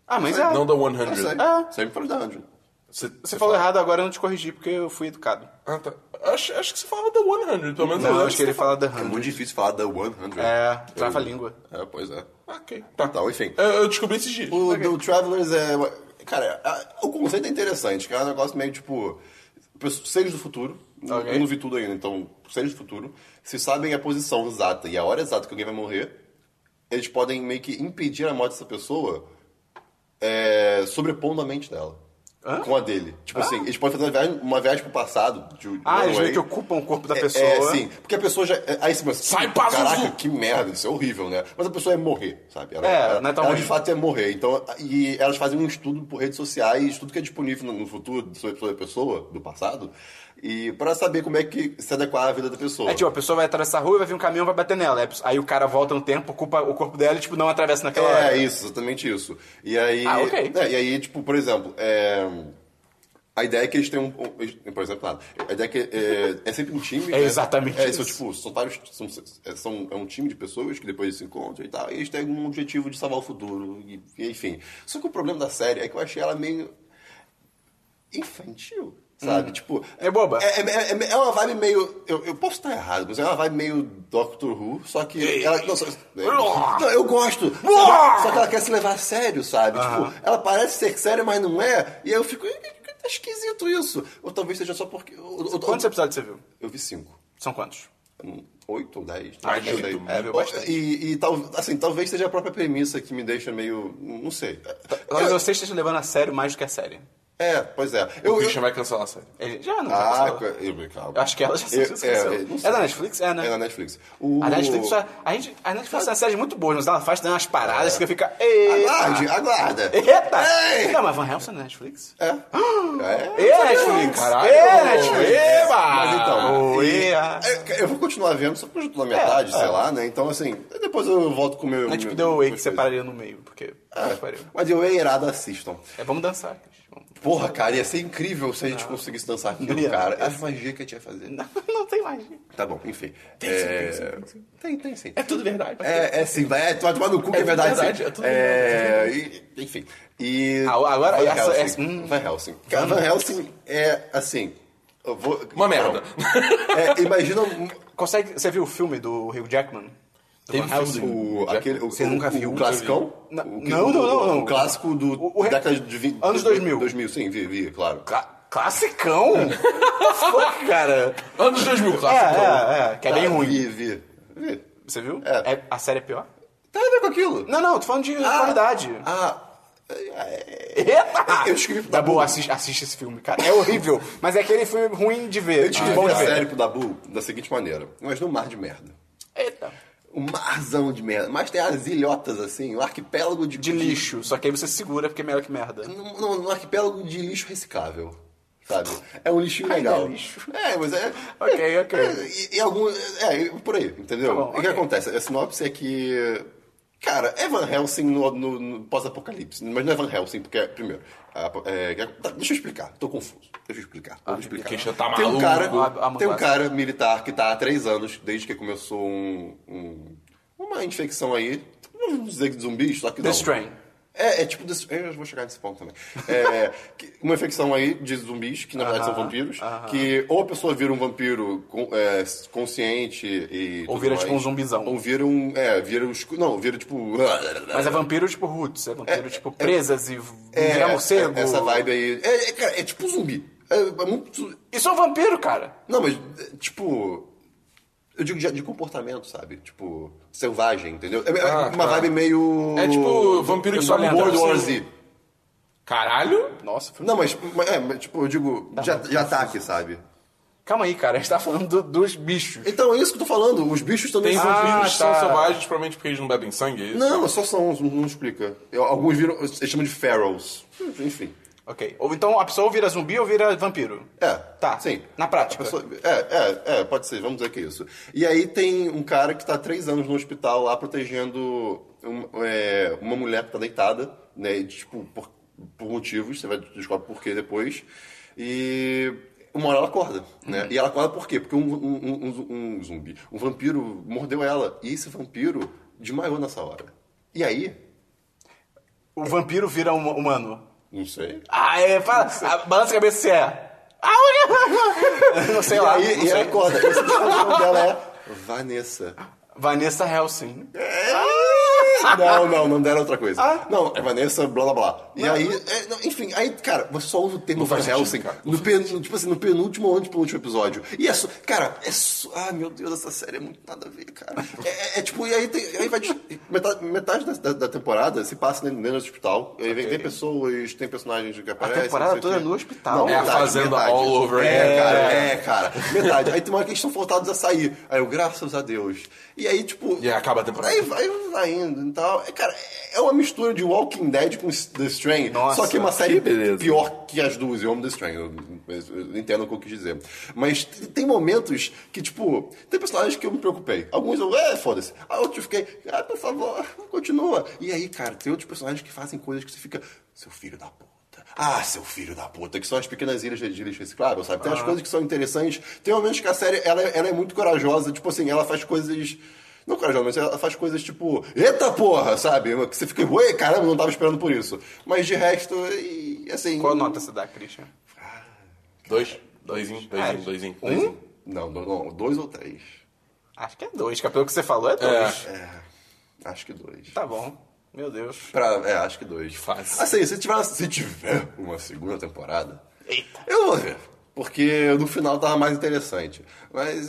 Ah, mas é. Não The Eu 100. sei. Ah. Sempre falei da Andrew. Você Você falou errado, agora eu não te corrigi porque eu fui educado. Ah, tá. Acho, acho que você falava The 100, pelo menos Não, eu eu acho que ele fala The É Hundred. muito difícil falar da 100. É, trava a língua. É, pois é. Ok. Tá. Então, enfim. Eu, eu descobri esses dias. O do Travelers é. uma- Cara, a- o conceito é interessante, que é um negócio meio tipo. pessoas- Seres do futuro. Ok. Eu não vi tudo ainda, então, seres do futuro. Se sabem a posição exata e a hora exata que alguém vai morrer, eles podem meio que impedir a morte dessa pessoa é, sobrepondo a mente dela. com a dele. Tipo assim, eles podem fazer uma viagem, uma viagem pro passado. De, Ah, eles Runway. meio que ocupam o corpo da É, pessoa. É, sim. Porque a pessoa já. é, Aí você pensa, Sai, "Pô, Pazuzu!" Caraca, que merda, isso é horrível, né? Mas a pessoa é morrer, sabe? Ela, É, ela- não é tão ela ruim. de fato é morrer. Então, e elas fazem um estudo por redes sociais, estudo que é disponível no, no futuro sobre sobre a pessoa, do passado, e pra saber como é que se adequar à vida da pessoa. É tipo, a pessoa vai atravessar a rua, vai vir um caminhão, vai bater nela. Aí a pessoa- Aí o cara volta um tempo, ocupa o corpo dela e, tipo, não atravessa naquela É, hora. isso, exatamente isso. E aí. Ah, ok. é, e aí, tipo, por exemplo, é, A ideia é que eles têm um. um- eles- Por exemplo, nada. A ideia é que é, é sempre um time. É né? exatamente é, isso. São, tipo, são vários. São, é, são- é um time de pessoas que depois se encontram e tal. E eles têm um objetivo de salvar o futuro. E, e enfim. Só que o problema da série é que eu achei ela meio. infantil. Sabe? Tipo. É boba. É, é- é- é uma vibe meio. Eu, eu posso estar errado, mas é uma vibe meio Doctor Who, só que. Ela, não, só- né? não, eu gosto. Só, só que ela quer se levar a sério, sabe? Tipo, ela parece ser séria, mas não é. E aí eu fico. "Ih, Tá esquisito isso. Ou talvez seja só porque. Eu, eu- Quantos episódios você viu? eu vi cinco. São quantos? Hum, Oito ou dez. Mais de Não sei. oito. É, viu bastante. E, e tal, assim, talvez seja a própria premissa que me deixa meio. Não sei. Agora vocês estão tá levando a sério mais do que a série. É, pois é. O Eu, eu, Christian vai cancelar a série. Ele já não ah, já cancelou. eu, calma. Eu acho que ela já Eu- se cancelou. é, não É sei. da Netflix? É, né? É da Netflix. O... A Netflix, já- a, gente, a Netflix é uma série muito boa, mas ela faz também umas paradas que fica. Eita! É. Aguarde, aguarda. Eita! Ei! Não, mas Van Helsing é da Netflix? É. É. É Netflix! Caralho! É Netflix! Eba! Mas então, Oi, e- a- é, eu vou continuar vendo, só porque eu já tô na metade, sei lá, né? Então, assim, depois eu volto com o meu... Não é tipo meu- The Away que minhas separaria no meio, porque. coisas. que pariu. Mas eu é irado, assistam. É, vamos dançar. Cris. Vamos- Porra, cara, ia ser incrível se a gente conseguisse dançar aquilo, Ia. cara. Era magia que a gente ia fazer. Não, não tem mais. gente. Tá bom, enfim. Tem sim, é... tem sim, tem Tem, tem sim. É tudo verdade. É, é sim, vai, é, tu vai tomar no cu que é, verdade. verdade, sim. é tudo É, e- enfim. E. Ah, agora Van essa- Helsing. essa- hum. Van Helsing. Cara, Van Helsing é assim. eu vou- Uma merda. É, imagina um- Consegue. Você viu o filme do Hugh Jackman? Do Teve Van Helsing? o, aquele, o, Você nunca viu? o classicão? Não, O que- não, não, não, não. O clássico do O- o re- década de vinte- Anos 2000. 2000, sim, vi, vi, claro. Cla- classicão? Fuck, cara. Anos 2000, É, clássico. é, é. Que é bem Ah, ruim. Vi, vi. vi. Você viu? É. É- a série é pior? Tá a ver com aquilo? Não, é não, tô falando de Ah, qualidade. Ah. é- é- Eita! Eu escrevi pro Tá bom, Dabu. assiste, assiste esse filme, cara. É horrível. Mas é aquele filme ruim de ver. Eu descrevi bom de a ver. série ah, é pro Dabu da seguinte maneira. Mas num mar de merda. Eita. Um marzão de merda. Mas tem as ilhotas, assim, um arquipélago de... De lixo. Só que aí você segura porque é melhor que merda. Não, não, um arquipélago de lixo reciclável. Sabe? É um lixinho legal. é lixo. É, mas é. Ok, ok. é, e, e algum. É, e por aí, entendeu? Tá bom, o que ok. acontece? A sinopse é que. Cara, é Van Helsing no, no- no pós-apocalipse. Mas não é Van Helsing, porque, é- primeiro. a- é, é- tá, deixa eu explicar, tô confuso. Deixa eu explicar. eu vou explicar. Christian tá tem um maluco. cara, Ah, ah, tem um mas- cara militar que tá há três anos, desde que começou um- um- uma infecção aí. Vamos dizer que de zumbis, só que The não. Strain. É, é tipo. desse- Eu vou chegar nesse ponto também. É, que- uma infecção aí de zumbis, que na verdade são Aham, vampiros, aham. que ou a pessoa vira um vampiro con- é, consciente e. Ou tudo vira, mais, tipo, um zumbizão. Ou vira um. É, vira um. escu- Não, vira tipo. Mas é vampiro tipo roots. É vampiro tipo presas e É, virar morcego. é, Essa vibe aí. É, é, cara, é tipo zumbi. É, é muito. Isso é um vampiro, cara. Não, mas, é, tipo. Eu digo de, de comportamento, sabe? Tipo, selvagem, entendeu? É, é Ah, uma tá. vibe meio. É tipo vampiro que só Violento, World War morde Z. Caralho? Nossa, filme. Não, mas, mas- é, mas, tipo, eu digo de, a- de ataque, sabe? Calma aí, cara. A gente tá falando do- dos bichos. Então é isso que eu tô falando. Os bichos também Tem são vampiros vivos. que são tá. selvagens, provavelmente porque eles não bebem sangue, é isso? Não, só são, não, não explica. Eu- alguns viram, eles chamam de ferals. Enfim. Ok. Ou então a pessoa ou vira zumbi ou vira vampiro. É. Tá. Sim. Na prática. A pessoa- é, é, é, pode ser, vamos dizer que é isso. E aí tem um cara que tá há três anos no hospital lá protegendo um- é, uma mulher que tá deitada, né? e, tipo, por, por motivos, você vai descobre por quê depois. E uma hora ela acorda, Uhum. né? E ela acorda por quê? Porque um, um- um- um zumbi, um vampiro mordeu ela. E esse vampiro desmaiou nessa hora. E aí? O vampiro vira um humano. Não sei. Ah, é. Fala, a, balança a cabeça se é. Ah, olha! não sei e lá. aí não e sei. ela acorda. E esse nome dela é Vanessa. Vanessa Helsing. Não, não, não deram outra coisa. Ah. Não, é Vanessa, blá blá blá. E aí, é, não, enfim, aí, cara, você só usa o termo Van Helsing, cara. No pen, tipo assim, no penúltimo ou antepenúltimo episódio. E é só, cara, é só, ah, meu Deus, essa série é muito nada a ver, cara. É, é, é tipo, e aí, tem, aí vai, de- metade, metade da, da- da temporada se passa dentro do hospital. Aí vem, tem pessoas, tem personagens que aparecem. não temporada sei o toda quê. no hospital. Não, É a Fazenda all over é, again. cara, é, cara. Metade. Aí tem uma hora que eles estão voltados a sair. Aí eu, graças a Deus. E aí, tipo. E acaba a temporada. Aí vai, vai indo e tal. É, cara, é uma mistura de Walking Dead com The Strain. Nossa, só que é uma série que beleza. pior que as duas. Eu amo The Strain. Eu, eu entendo o que eu quis dizer. Mas t- tem momentos que, tipo, tem personagens que eu me preocupei. Alguns eu, é, foda-se. Aí outros eu fiquei, ah, por favor, continua. E aí, cara, tem outros personagens que fazem coisas que você fica, seu filho da puta. Ah, seu filho da puta, que são as pequenas ilhas de de lixo reciclável, sabe? Tem umas coisas que são interessantes. Tem momentos que a série ela, ela é muito corajosa, tipo assim, ela faz coisas. Não corajosa, mas ela faz coisas tipo. Eita porra, sabe? Que você fica, ué, caramba, não tava esperando por isso. Mas de resto, e, assim. Qual nota você dá, Christian? Dois. Doisinho, É. doisinho, doisinho. Um? doisinho. Não, não, não, dois ou três. Acho que é dois, que pelo que você falou é dois. Acho que dois. Tá bom. Meu Deus. Pra- é, acho que dois. Fácil. Assim, se tiver, se tiver uma segunda temporada, eu vou ver. Porque no final tava mais interessante. Mas.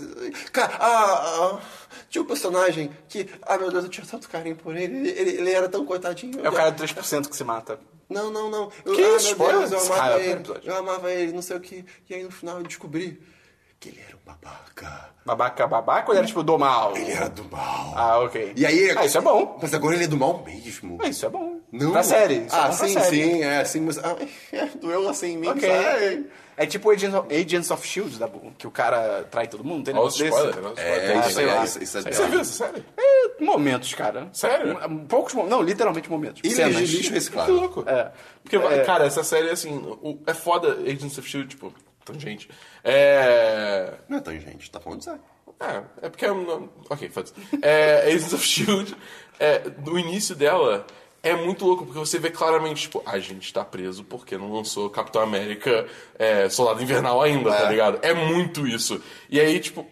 Cara, ah, ah, tinha um personagem que. Ah, meu Deus, eu tinha tanto carinho por ele. Ele, ele- ele era tão coitadinho. É o cara do 3% que se mata. Não, não, não. Eu, Que ah, meu isso, spoiler? Deus, Ah, é eu o amava primeiro ele. episódio. Eu amava ele, não sei o que. E aí no final eu descobri que ele era um babaca. Babaca, babaca ou ele era tipo do mal? Ele era do mal. Ah, ok. E aí. Ah, isso é bom. Mas agora ele é do mal mesmo. Ah, isso é bom. Não. Pra série. Isso é ah, bom pra sim, série. sim, é, sim, mas ah, é, doeu assim em mim. Ok. sabe? É tipo Agents of, Agents of Shield, da, que o cara trai todo mundo, tem Olha os negócio desse. spoilers. olha os spoilers. Ah, É, isso, sei lá. isso, isso é Você bizarro. viu essa série? É, momentos, cara. Sério? Um- Poucos momentos. Não, literalmente momentos. Ilhas de Cenas. lixo Que reciclável. louco. É. Porque, cara, essa série, assim, o- é foda Agents of S.H.I.E.L.D., tipo, tangente. É... Não é tão gente, tá falando sério. É, é porque é um... nome- Ok, foda-se. É, Agents of S.H.I.E.L.D., é, do início dela, é muito louco, porque você vê claramente, tipo, a gente tá preso porque não lançou Capitão América é, Soldado Invernal ainda, tá ligado? É muito isso. E aí, tipo...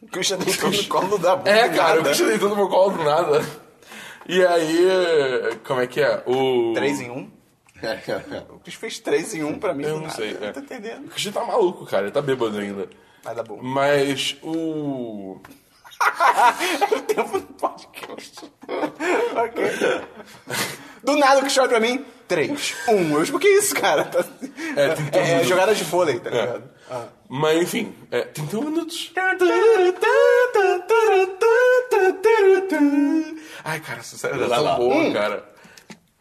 O Christian deitou no colo da bunda. É, cara, eu né? nada. continuei dando meu colo do nada. E aí... Como é que é? O... Três em um. O Christian fez três em um pra mim. Eu do não nada. sei, Eu é. Não tô entendendo. O Christian tá maluco, cara. Ele tá bêbado ainda. Vai dar bom. Mas o... o tempo do podcast. ok. Do nada o que chora pra mim, três, um. Eu digo, que isso, cara? Tá- É, tem todo É, é mundo. jogada de vôlei, tá ligado? Mas enfim, é 31 minutos. Ai, cara, essa série é Lá, tão lá. boa, cara.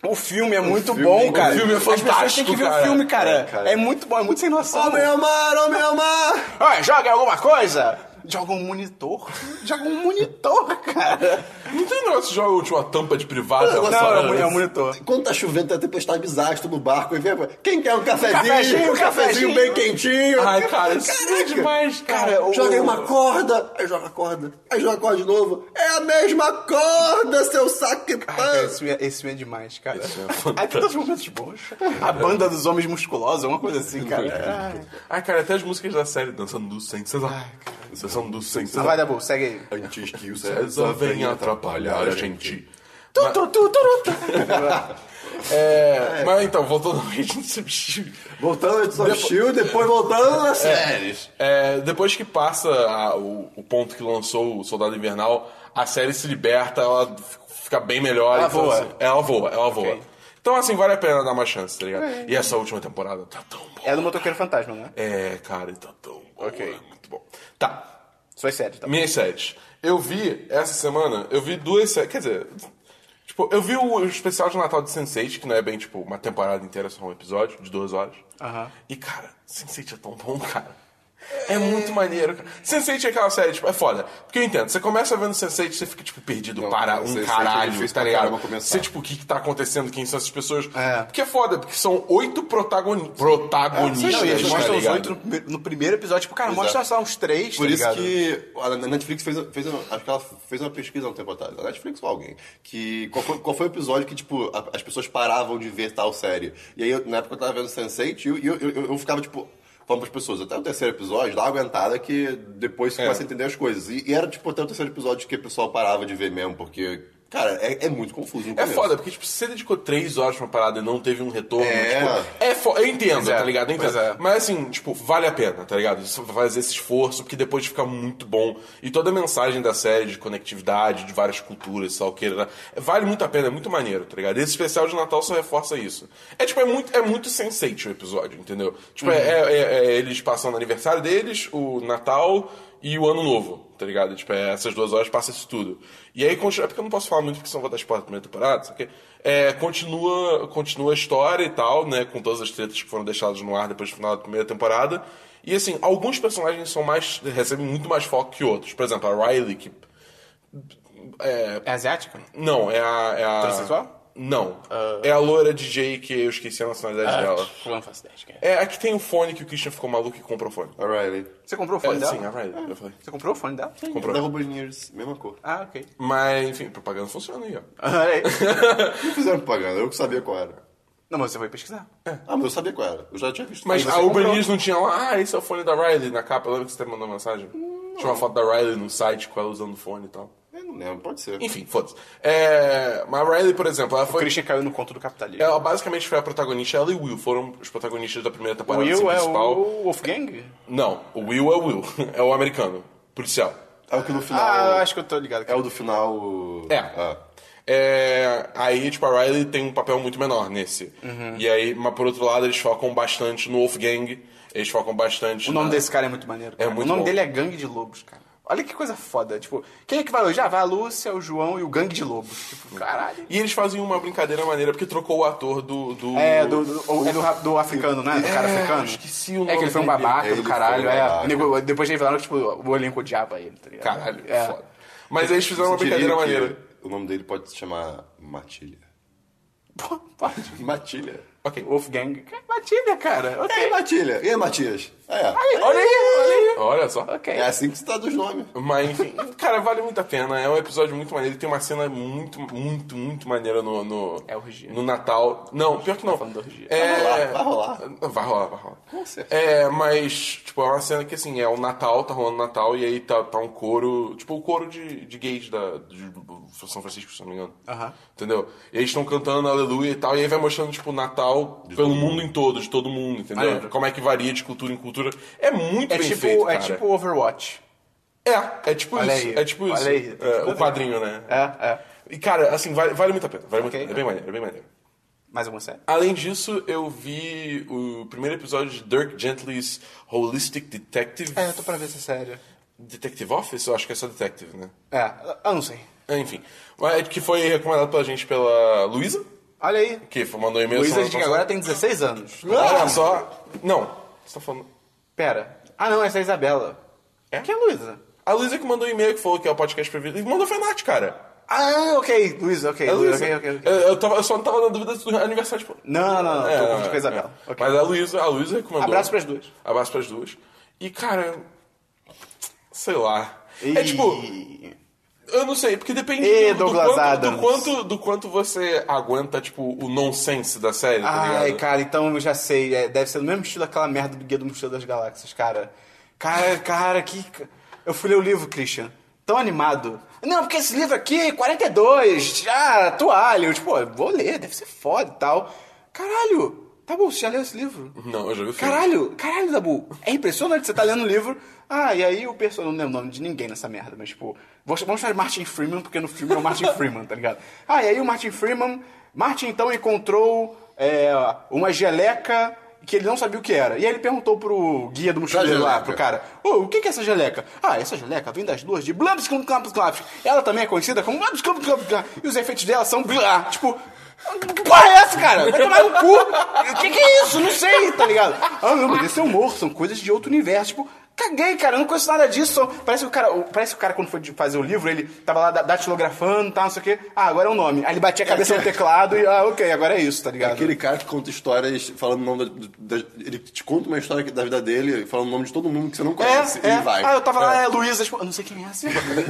O filme é muito filme- bom, o cara. filme é As pessoas têm fantástico, que ver o cara. filme, cara. É, É, cara. muito bom, é muito sem noção. Ô meu mar, ô meu mar! Ah, joga alguma coisa? Joga um monitor. Joga um monitor, cara. Não tem negócio de jogar tipo, uma tampa de privada? Não, uma não, parada É não, dessa? um monitor. Quando tá chovendo, tem uma tempestade bizarra, no barco, e vem, quem quer um cafezinho? cafezinho, um cafezinho bem quentinho. Ai, cara, isso é demais, cara. Cara, o- Joga aí uma corda, aí joga a corda, aí joga a corda de novo. É a mesma corda, seu saco que Ai, cara, esse, filme é- esse filme é demais, cara. filme é Aí tem tantos momentos bons. A banda dos homens musculosos, uma coisa assim, cara. Ai. Ai, cara, até as músicas da série, Dançando do Sem Cesar. Dançando do Sem Ah, vai Cesar. dar bom, segue aí. Antes que o César vem atrapalhar a gente. Tu, tu, tu, tu, tu. É, mas então, voltando ao Agents of S.H.I.E.L.D. Voltando ao Depo... Shield, depois voltando assim. nas séries. É, depois que passa a- o, o ponto que lançou o Soldado Invernal, a série se liberta, ela f- fica bem melhor. Ela então, voa. assim, ela voa, ela voa. Então, assim, vale a pena dar uma chance, tá ligado? E essa última temporada tá tão boa. É do Motoqueiro Fantasma, né? É, cara, tá tão boa. Ok. É muito bom. Tá, Suas séries, tá? minhas séries. Eu vi, essa semana, eu vi duas séries, quer dizer... Tipo, eu vi o especial de Natal de Sense8, que não é bem, tipo, uma temporada inteira, só um episódio, de duas horas. Aham. E, cara, Sense8 é tão bom, cara. É muito maneiro, cara. Sense8 é aquela série, tipo, é foda. Porque eu entendo, você começa vendo Sense8, você fica, tipo, perdido Não, para não, um Sense8 é caralho, difícil tá pra ligado? caramba começar. Você, tipo, o que que tá acontecendo, quem são essas pessoas. É. Porque é foda, porque são oito protagoni- protagonistas, Não, e eles tá mostram os ligado? oito no, primeiro- no primeiro episódio. Tipo, cara, mostra só uns três, Por tá isso ligado? que a Netflix fez, fez uma, acho que ela fez uma pesquisa há um tempo atrás, a Netflix ou alguém, que qual foi, qual foi o episódio que, tipo, a- as pessoas paravam de ver tal série. E aí, eu- na época eu tava vendo Sense8 e eu, e eu, eu, eu ficava, tipo, falando pras pessoas, até o terceiro episódio, dá uma aguentada É. que depois você começa a entender as coisas. E, e era, tipo, até o terceiro episódio que o pessoal parava de ver mesmo, porque Cara, é, é muito confuso. no É começo. foda, porque tipo, se você dedicou três horas pra uma parada e não teve um retorno, É. tipo, é foda. Eu entendo, Pois é, tá ligado? Eu pois entendo. é. Mas assim, tipo, vale a pena, tá ligado? Você faz esse esforço, porque depois fica muito bom. E toda a mensagem da série de conectividade, de várias culturas, sei lá o que, né? vale muito a pena, é muito maneiro, tá ligado? Esse especial de Natal só reforça isso. É tipo, é muito, é muito sensate o episódio, entendeu? Uhum. Tipo, é, é- é- é eles passando o aniversário deles, o Natal e o Ano Novo, tá ligado? Tipo, é, essas duas horas passa isso tudo. E aí continua. É porque eu não posso falar muito, porque senão vou dar spoiler da primeira temporada, só que. É, continua, continua a história e tal, né? Com todas as tretas que foram deixadas no ar depois do final da primeira temporada. E assim, alguns personagens são mais. recebem muito mais foco que outros. Por exemplo, a Riley, que. É asiático? Não, é a. É a Transsexual? Não. Ah. É a loira DJ que eu esqueci a nacionalidade dela. Não faço ideia de quem é. É a que tem o fone que o Christian ficou maluco e comprou o fone. A Riley. Você comprou o É, fone dela? Ah. sim, a Riley, eu falei. Você comprou o fone dela? Sim. Comprou. Da Robin Years, mesma cor. Ah, ok. Mas, enfim, propaganda funciona aí, ó. Olha aí. Não fizeram propaganda, eu que sabia qual era. Não, mas você foi pesquisar. Ah, mas eu sabia qual era. Eu já tinha visto. Mas Aí a você Uber comprou. News não tinha lá, ah, esse é o fone da Riley na capa. Lembra que você mandou mensagem? Tinha uma foto da Riley no site com ela usando o fone e tal. Eu não lembro, pode ser. Enfim, foda-se. É, mas a Riley, por exemplo, ela O foi. Christian caiu no conto do capitalismo. Ela basicamente foi a protagonista, ela e o Will foram os protagonistas da primeira o temporada assim, Will é principal. o Wolfgang? Não, o Will é o Will, é o americano, policial. É o que no final. Ah, eu acho que eu tô ligado. É o do final. o- É. Ah. É, aí, tipo, a Riley tem um papel muito menor nesse. Uhum. E aí, mas por outro lado, eles focam bastante no Wolfgang, eles focam bastante. O nome na- desse cara é muito maneiro. cara. É muito o nome bom. dele é Gangue de Lobos, cara. Olha que coisa foda. Tipo, quem é que vai elogiar? Vai a Lúcia, o João e o Gangue de Lobos. Tipo, caralho. E eles faziam uma brincadeira maneira, porque trocou o ator do. do... É, do, do- o- é do, ra- do africano, né? Do cara africano. esqueci o É que nome ele foi um dele. babaca Ele do foi caralho. um é. babaca. Nego- Depois de revelaram que tipo, o elenco odiava ele, tá ligado? Caralho, é. foda. Mas eles fizeram uma Você diria brincadeira que maneira. O nome dele pode se chamar Matilha. Pô, pode. Matilha? Ok. Wolfgang. Que Matilha, cara. É, Ok. Matilha. E é Matias? Ah, é. Aí, olha aí, olha aí. Olha só. Ok. É assim que se traduz nome. Mas enfim, cara, vale muito a pena. É um episódio muito maneiro. Tem uma cena muito, muito, muito maneira no. no É orgia. Tá No Natal. Não, pior que não. falando da orgia. É... Vai rolar, vai Vai rolar, vai rolar. Com certeza. É, mas, tipo, é uma cena que assim, é o Natal, tá rolando Natal, e aí tá, tá um coro. Tipo, o coro de, de gays da, de São Francisco, se não me engano. Aham. Entendeu? E eles estão cantando aleluia e tal, e aí vai mostrando, tipo, o Natal pelo mundo em todo, de todo mundo, entendeu? Maneiro. Como é que varia de cultura em cultura. É muito É bem tipo, feito, é cara. tipo Overwatch. É, é tipo Olha isso. aí, É tipo olha isso. aí, tem É, tudo a o ver. quadrinho, né? É, é. E, cara, assim, vale, vale muito a pena. Vale muito a Ok. pena. É bem maneiro, é bem maneiro. Mais alguma série? Além disso, eu vi o primeiro episódio de Dirk Gently's Holistic Detective. É, eu tô pra ver essa série. Detective Office? Eu acho que é só Detective, né? É, eu não sei. É, Enfim. Mas Que foi recomendado pela gente pela Luísa, Olha aí. que foi- mandou um e-mail. Luísa semana Diga passada. agora tem 16 anos. Olha só. Não, você tá falando. Pera. Ah, não, essa é a Isabela. É? Quem é Luísa? A Luísa que mandou um e-mail que falou que é o podcast preferido. E mandou foi a Nath, cara. Ah, ok. Luísa, ok. É a Luísa, Luísa. ok, ok. ok. Eu, eu tava- eu só não tava na dúvida do aniversário, tipo. Não, não, não. É, Tô confundindo com a é. Isabela. Ok. Mas a Luísa, a Luísa recomendou. Abraço pras duas. Abraço pras duas. E, cara, sei lá. É Ih. tipo, eu não sei, porque depende Ih, do, do, Douglas quanto, do, Adams. quanto, do quanto você aguenta, tipo, o nonsense da série, tá ligado? Ai, cara, então eu já sei. É, deve ser do mesmo estilo aquela merda do Guia do Mochila das Galáxias, cara. Cara, cara, que. Eu fui ler o livro, Christian. Tão animado. Não, porque esse livro aqui, 42, já, toalha. Eu, tipo, "Pô, vou ler, deve ser foda e tal. Caralho, tá bom, você já leu esse livro? Não, eu já vi o filme. Tá Caralho, caralho, Dabu, é impressionante, você tá lendo um livro. Ah, e aí o personagem, não lembro o nome de ninguém nessa merda, mas tipo, vou ch- vamos chamar de Martin Freeman, porque no filme é o Martin Freeman, tá ligado? Ah, e aí o Martin Freeman, Martin então encontrou é, uma geleca que ele não sabia o que era. E aí ele perguntou pro guia do mochileiro Da lá, geleca. pro cara, ô, o que que é essa geleca? Ah, essa geleca vem das duas de Blabs Clump Clump Clump. Ela também é conhecida como Blabs Clump Clump Clump. E os efeitos dela são, blá, tipo... Que porra é essa, cara? Vai tomar no cu! O que, que é isso? Não sei, tá ligado? Ah, não, mas esse é humor, são coisas de outro universo. Tipo, caguei, cara, eu não conheço nada disso. só- Parece que o cara, o- parece que o cara quando foi de- fazer o livro, ele tava lá da- datilografando e tal, não sei o quê. Ah, agora é o nome. Aí ele batia a cabeça no teclado e, ah, ok, agora é isso, tá ligado? Aquele cara que conta histórias falando o nome da, da- Ele te conta uma história da vida dele, falando o nome de todo mundo que você não conhece É, é. e vai. Ah, eu tava lá, é Luísa, tipo, eu não sei quem é assim.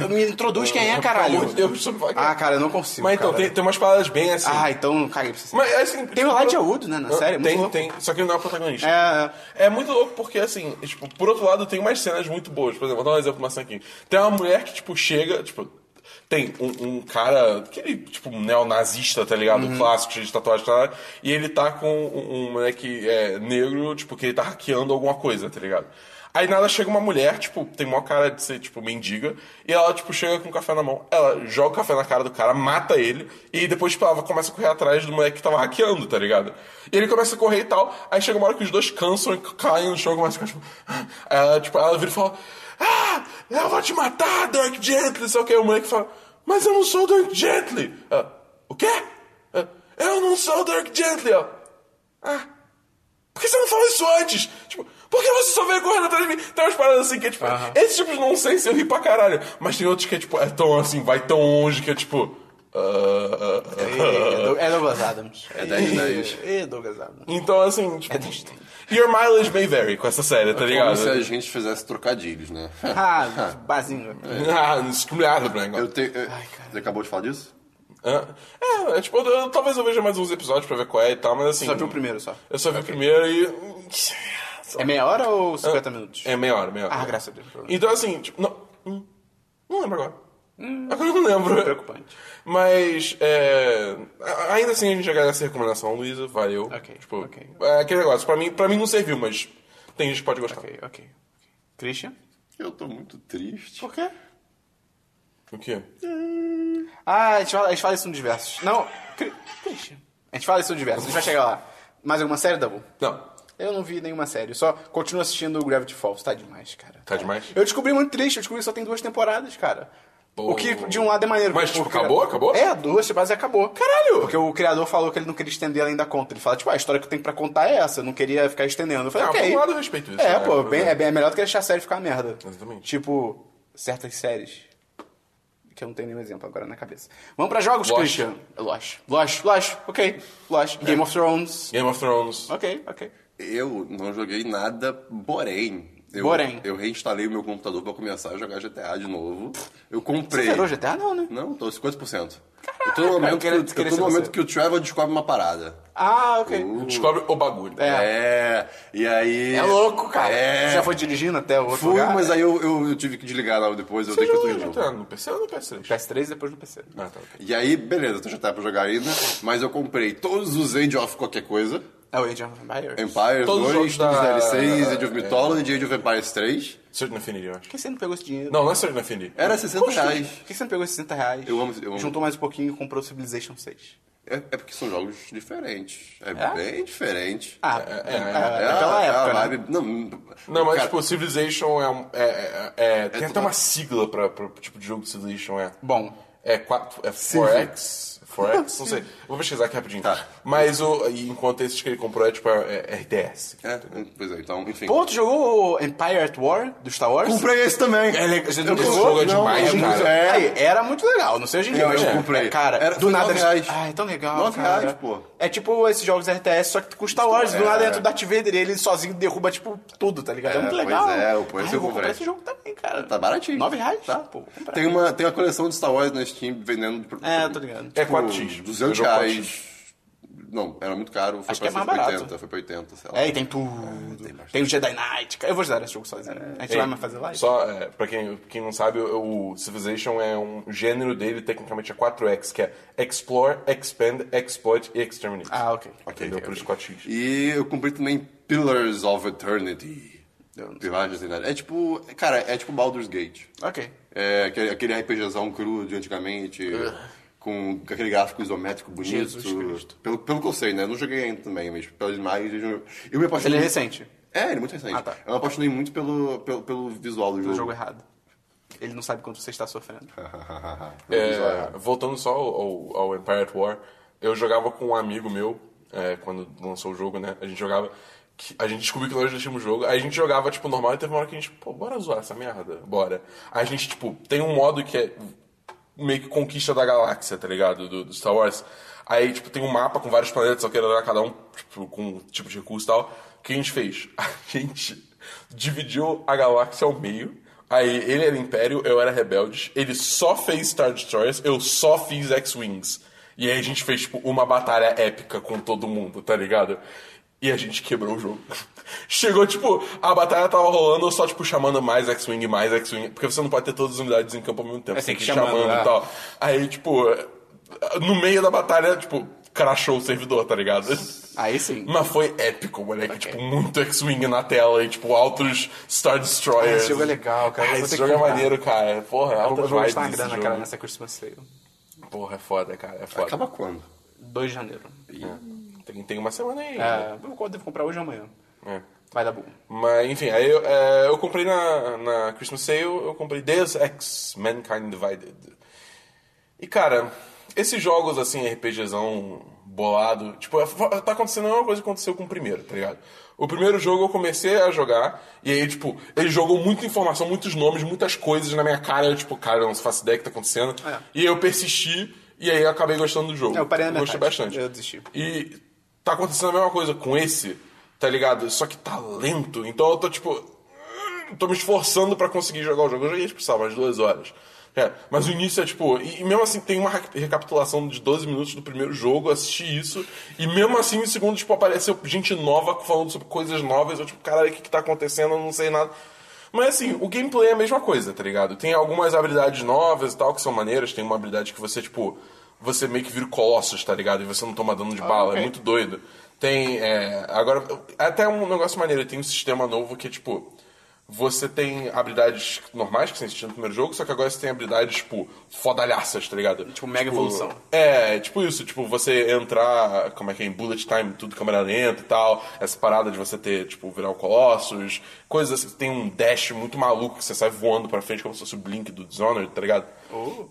Me introduz quem é, Pelo caralho. amor de Deus, só vai- Ah, cara, eu não consigo. Mas então, cara. tem, tem umas palavras bem assim. Ah, então caguei pra você. Mas, assim, Tem o Elijah Wood, né, na Ah, série? Muito Tem, louco. tem. Só que ele não é o protagonista. É. É muito louco porque, assim, tipo, por outro lado, tem umas cenas muito boas. Por exemplo, vou dar um exemplo mais aqui. Tem uma mulher que, tipo, chega, tipo. Tem um, um cara, aquele tipo um neonazista, tá ligado? Clássico, cheio de tatuagem, tá? E ele tá com um, um moleque é, negro, tipo, que ele tá hackeando alguma coisa, tá ligado? Aí nada chega uma mulher, tipo, tem maior cara de ser, tipo, mendiga, e ela, tipo, chega com o café na mão, ela joga o café na cara do cara, mata ele, e depois, tipo, ela começa a correr atrás do moleque que tava hackeando, tá ligado? E ele começa a correr e tal, aí chega uma hora que os dois cansam e caem no chão, começa a ficar, tipo, aí ela, tipo, ela vira e fala, ah, eu vou te matar, Dirk Gently, sei o que, o moleque fala, mas eu não sou o Dirk Gently. Ela, o quê? Ela, Eu não sou o Dirk Gently, ó. Ah, Por que você não falou isso antes? Tipo, por que você só veio correndo atrás de mim? Tem umas paradas assim que é tipo. Esse tipo de nonsense eu ri pra caralho. Mas tem outros que é tipo. É tão assim, vai tão longe que é tipo. ah, ah, ah. É Douglas Adams. É 10, 10. É Douglas Adams. Então, assim, tipo. Your mileage may vary com essa série, tá Como se a ligado? gente fizesse trocadilhos, né? Ah, bazinho. Ah, esculhado, Eu Branco. tenho. eu- Você acabou de falar disso? É, é, tipo, eu- eu- talvez eu veja mais uns episódios pra ver qual é e tal, mas assim. Só viu o primeiro só. Eu só vi o primeiro e. hum, É meia hora ou 50 minutos? É meia hora, meia hora. Ah, graças a Deus. Então, assim, tipo, não, hum, não lembro agora. Agora eu não lembro. Preocupante. Mas, é, a- ainda assim, a gente agradece a recomendação, Luísa, valeu. Ok, Tipo, ok. é aquele negócio, pra mim, pra mim não serviu, mas tem gente que pode gostar. Ok, ok. Christian? Eu tô muito triste. Por quê? O quê? Ah, a gente fala, a gente fala isso no diversos. Não, Cri- Christian. A gente fala isso no diversos, a gente vai chegar lá. Mais alguma série, Dabu? Não, Eu não vi nenhuma série, só continuo assistindo Gravity Falls. Tá demais, cara. tá demais. Eu descobri muito triste, eu descobri que só tem duas temporadas, cara. Pô. O que de um lado é maneiro. Mas, porque tipo, o criador- acabou? Acabou? É, duas temporadas e acabou. Caralho! Porque o criador falou que ele não queria estender além da conta. Ele fala, tipo, ah, a história que eu tenho pra contar é essa, eu não queria ficar estendendo. Eu falei, Ah, ok. por um lado eu respeito isso, É, né? pô, bem- é, bem- é melhor do que deixar a série ficar uma merda. Exatamente. Tipo, certas séries. Que eu não tenho nenhum exemplo agora na cabeça. Vamos pra jogos, Lost. É. Christian. Lost. Lost, Lost, ok. Lost. Game of Thrones. Game of Thrones. Ok, ok. Eu não joguei nada, porém. Eu, Porém. Eu reinstalei o meu computador pra começar a jogar GTA de novo. Eu comprei. Zerou GTA não, né? Não, tô 50%. Eu tô no momento, eu queria- que, queria eu tô ser no momento você. que o Trevor descobre uma parada. Ah, ok. Descobre o bagulho. É. É. E aí. É louco, cara. É. Você já foi dirigindo até o outro Fui, lugar? mas aí eu, eu, eu tive que desligar lá depois, eu Você tenho que jogou tudo de novo. GTA no PC ou no PS3? PS3 e depois no PC. Ah, tá, ok. E aí, beleza, tô já tá pra jogar ainda, mas eu comprei todos os End of qualquer coisa. É o Age of Empires. Empires Todos os 2, jogos todos da- os DLCs, Age of é. Mythology, Age of Empires 3. Certain Infinity, eu acho. Por que você não pegou esse dinheiro? Não, não é Certain Infinity. Era 60 reais. Por que você não pegou esses 60 reais? Eu amo- eu amo. Juntou mais um pouquinho e comprou o Civilization 6. É, é porque são jogos diferentes. É, É? bem diferente. Ah, é, é. naquela a- época, a né? vibe- Não, Não, mas cara, tipo, Civilization é um. É, é- é- é- tem até total. uma sigla pra, pra tipo de jogo de Civilization é. Bom. É 4. É 4X? 4X? Não sei. Vou pesquisar aqui rapidinho. Tá. Mas o. e Enquanto esses que ele comprou é tipo é, é RTS. É, pois é, então, enfim. Pô, tu jogou o Empire at War do Star Wars? comprei esse também. É legal. Você não Eu pegou? jogo é Não, demais, é muito- cara. É. Aí, era muito legal, não sei hoje em dia. Eu mas, comprei. Cara, Era- do foi nada. nove reais. Ah, é tão legal. Nove cara. reais, pô. É tipo esses jogos RTS, só que com Star Wars. Do É. nada entra o Darth Vader e ele sozinho derruba, tipo, tudo, tá ligado? É, É, muito pois legal. é, eu- pois Ai, eu eu vou comprar comprei. esse jogo também, cara. Tá baratinho. Nove reais? Tá. pô. vou comprar. Tem uma, tem uma coleção de Star Wars na Steam vendendo. por- É, tô ligado. É 4X. 200 Eu jogo reais. Não, era muito caro. Foi Acho pra que é mais 180, barato. foi pra 80, sei lá. É, e tem Ah, tudo. tem, o Jedi Knight. cara. Eu vou jogar esse jogo sozinho. A gente vai mais fazer live? Só, é, pra quem, quem não sabe, o, o Civilization é um o gênero dele, tecnicamente é 4X, que é Explore, Expand, Exploit e Exterminate. Ah, ok. Entendeu? Por isso 4X. E eu comprei também Pillars of Eternity. Eu não sei. Pilares da Eternidade. É tipo. Cara, é tipo Baldur's Gate. Ok. É aquele, aquele RPGzão cru de antigamente. Com aquele gráfico isométrico bonito. Jesus Cristo. Pelo, pelo que eu sei, né? Eu não joguei ainda também, mas pelas imagens. Eu, eu me apaixonei. Ele é recente. É, ele é muito recente. Ah, tá. Eu me apaixonei muito pelo, pelo, pelo visual do Do jogo. é- jogo errado. Ele não sabe quanto você está sofrendo. Pelo visual É, errado. voltando só ao, ao- ao Empire at War, eu jogava com um amigo meu, é, quando lançou o jogo, né? A gente jogava. que- A gente descobriu que nós deixamos o jogo, aí a gente jogava, tipo, normal e teve uma hora que a gente, pô, bora zoar essa merda, bora. Aí a gente, tipo, tem um modo que é meio que conquista da galáxia, tá ligado? Do, do Star Wars. Aí, tipo, tem um mapa com vários planetas, só que era cada um, tipo, com um tipo de recurso e tal. O que a gente fez? A gente dividiu a galáxia ao meio. Aí ele era Império, eu era Rebeldes. Ele só fez Star Destroyers, eu só fiz X-Wings. E aí a gente fez, tipo, uma batalha épica com todo mundo, tá ligado? E a gente quebrou o jogo. Chegou, tipo, a batalha tava rolando, eu só, tipo, chamando mais X-Wing, mais X-Wing. Porque você não pode ter todas as unidades em campo ao mesmo tempo. É, Você tem tem que que ir chamando, chamando é. e tal. Aí, tipo, no meio da batalha, tipo, crashou o servidor, tá ligado? Aí sim. Mas foi épico, moleque. Tipo, muito X-Wing na tela e, tipo, altos Star Destroyers. Esse jogo é legal, cara. Ah, Vou ter que esse jogo é comprar. maneiro, cara. Porra, é Eu altas tô jogando vibes na esse grana, jogo. cara, nessa Christmas Sale. Porra, é foda, cara. É foda. Acaba quando? 2 de janeiro. Tem, tem uma semana aí. É, eu devo comprar hoje ou amanhã. É. Vai dar bom. Mas, enfim, aí eu, é, eu comprei na, na Christmas Sale, eu comprei Deus Ex Mankind Divided. E, cara, esses jogos, assim, RPGzão bolado, tipo, é- tá acontecendo a mesma coisa que aconteceu com o primeiro, tá ligado? O primeiro jogo eu comecei a jogar, e aí, tipo, ele jogou muita informação, muitos nomes, muitas coisas na minha cara, eu, tipo, cara, eu não faço ideia do que tá acontecendo. É. E eu persisti, e aí eu acabei gostando do jogo. É, eu parei na metade. Gostei bastante. Eu desisti. E tá acontecendo a mesma coisa com esse, tá ligado? Só que tá lento. Então eu tô tipo. Tô me esforçando pra conseguir jogar o jogo. Eu joguei, tipo, sabe, umas duas horas. É, mas o início é tipo. E, e mesmo assim, tem uma ra- recapitulação de 12 minutos do primeiro jogo, eu assisti isso. E mesmo assim, no segundo, tipo, apareceu gente nova falando sobre coisas novas. Eu, tipo, caralho, o que, que tá acontecendo? Eu não sei nada. Mas assim, o gameplay é a mesma coisa, tá ligado? Tem algumas habilidades novas e tal, que são maneiras. Tem uma habilidade que você, tipo, você meio que vira o Colossus, tá ligado? E você não toma dano de bala. É muito doido. Tem. é, agora, até um negócio maneiro, tem um sistema novo que, tipo. Você tem habilidades normais que você assistiu no primeiro jogo, só que agora você tem habilidades, tipo, fodalhaças, tá ligado? Tipo, mega evolução. É, tipo isso, tipo, você entrar, como é que é, em bullet time, tudo câmera lenta e tal, essa parada de você ter, tipo, virar o Colossus, coisas assim, tem um dash muito maluco que você sai voando pra frente como se fosse o Blink do Dishonored, tá ligado? Oh.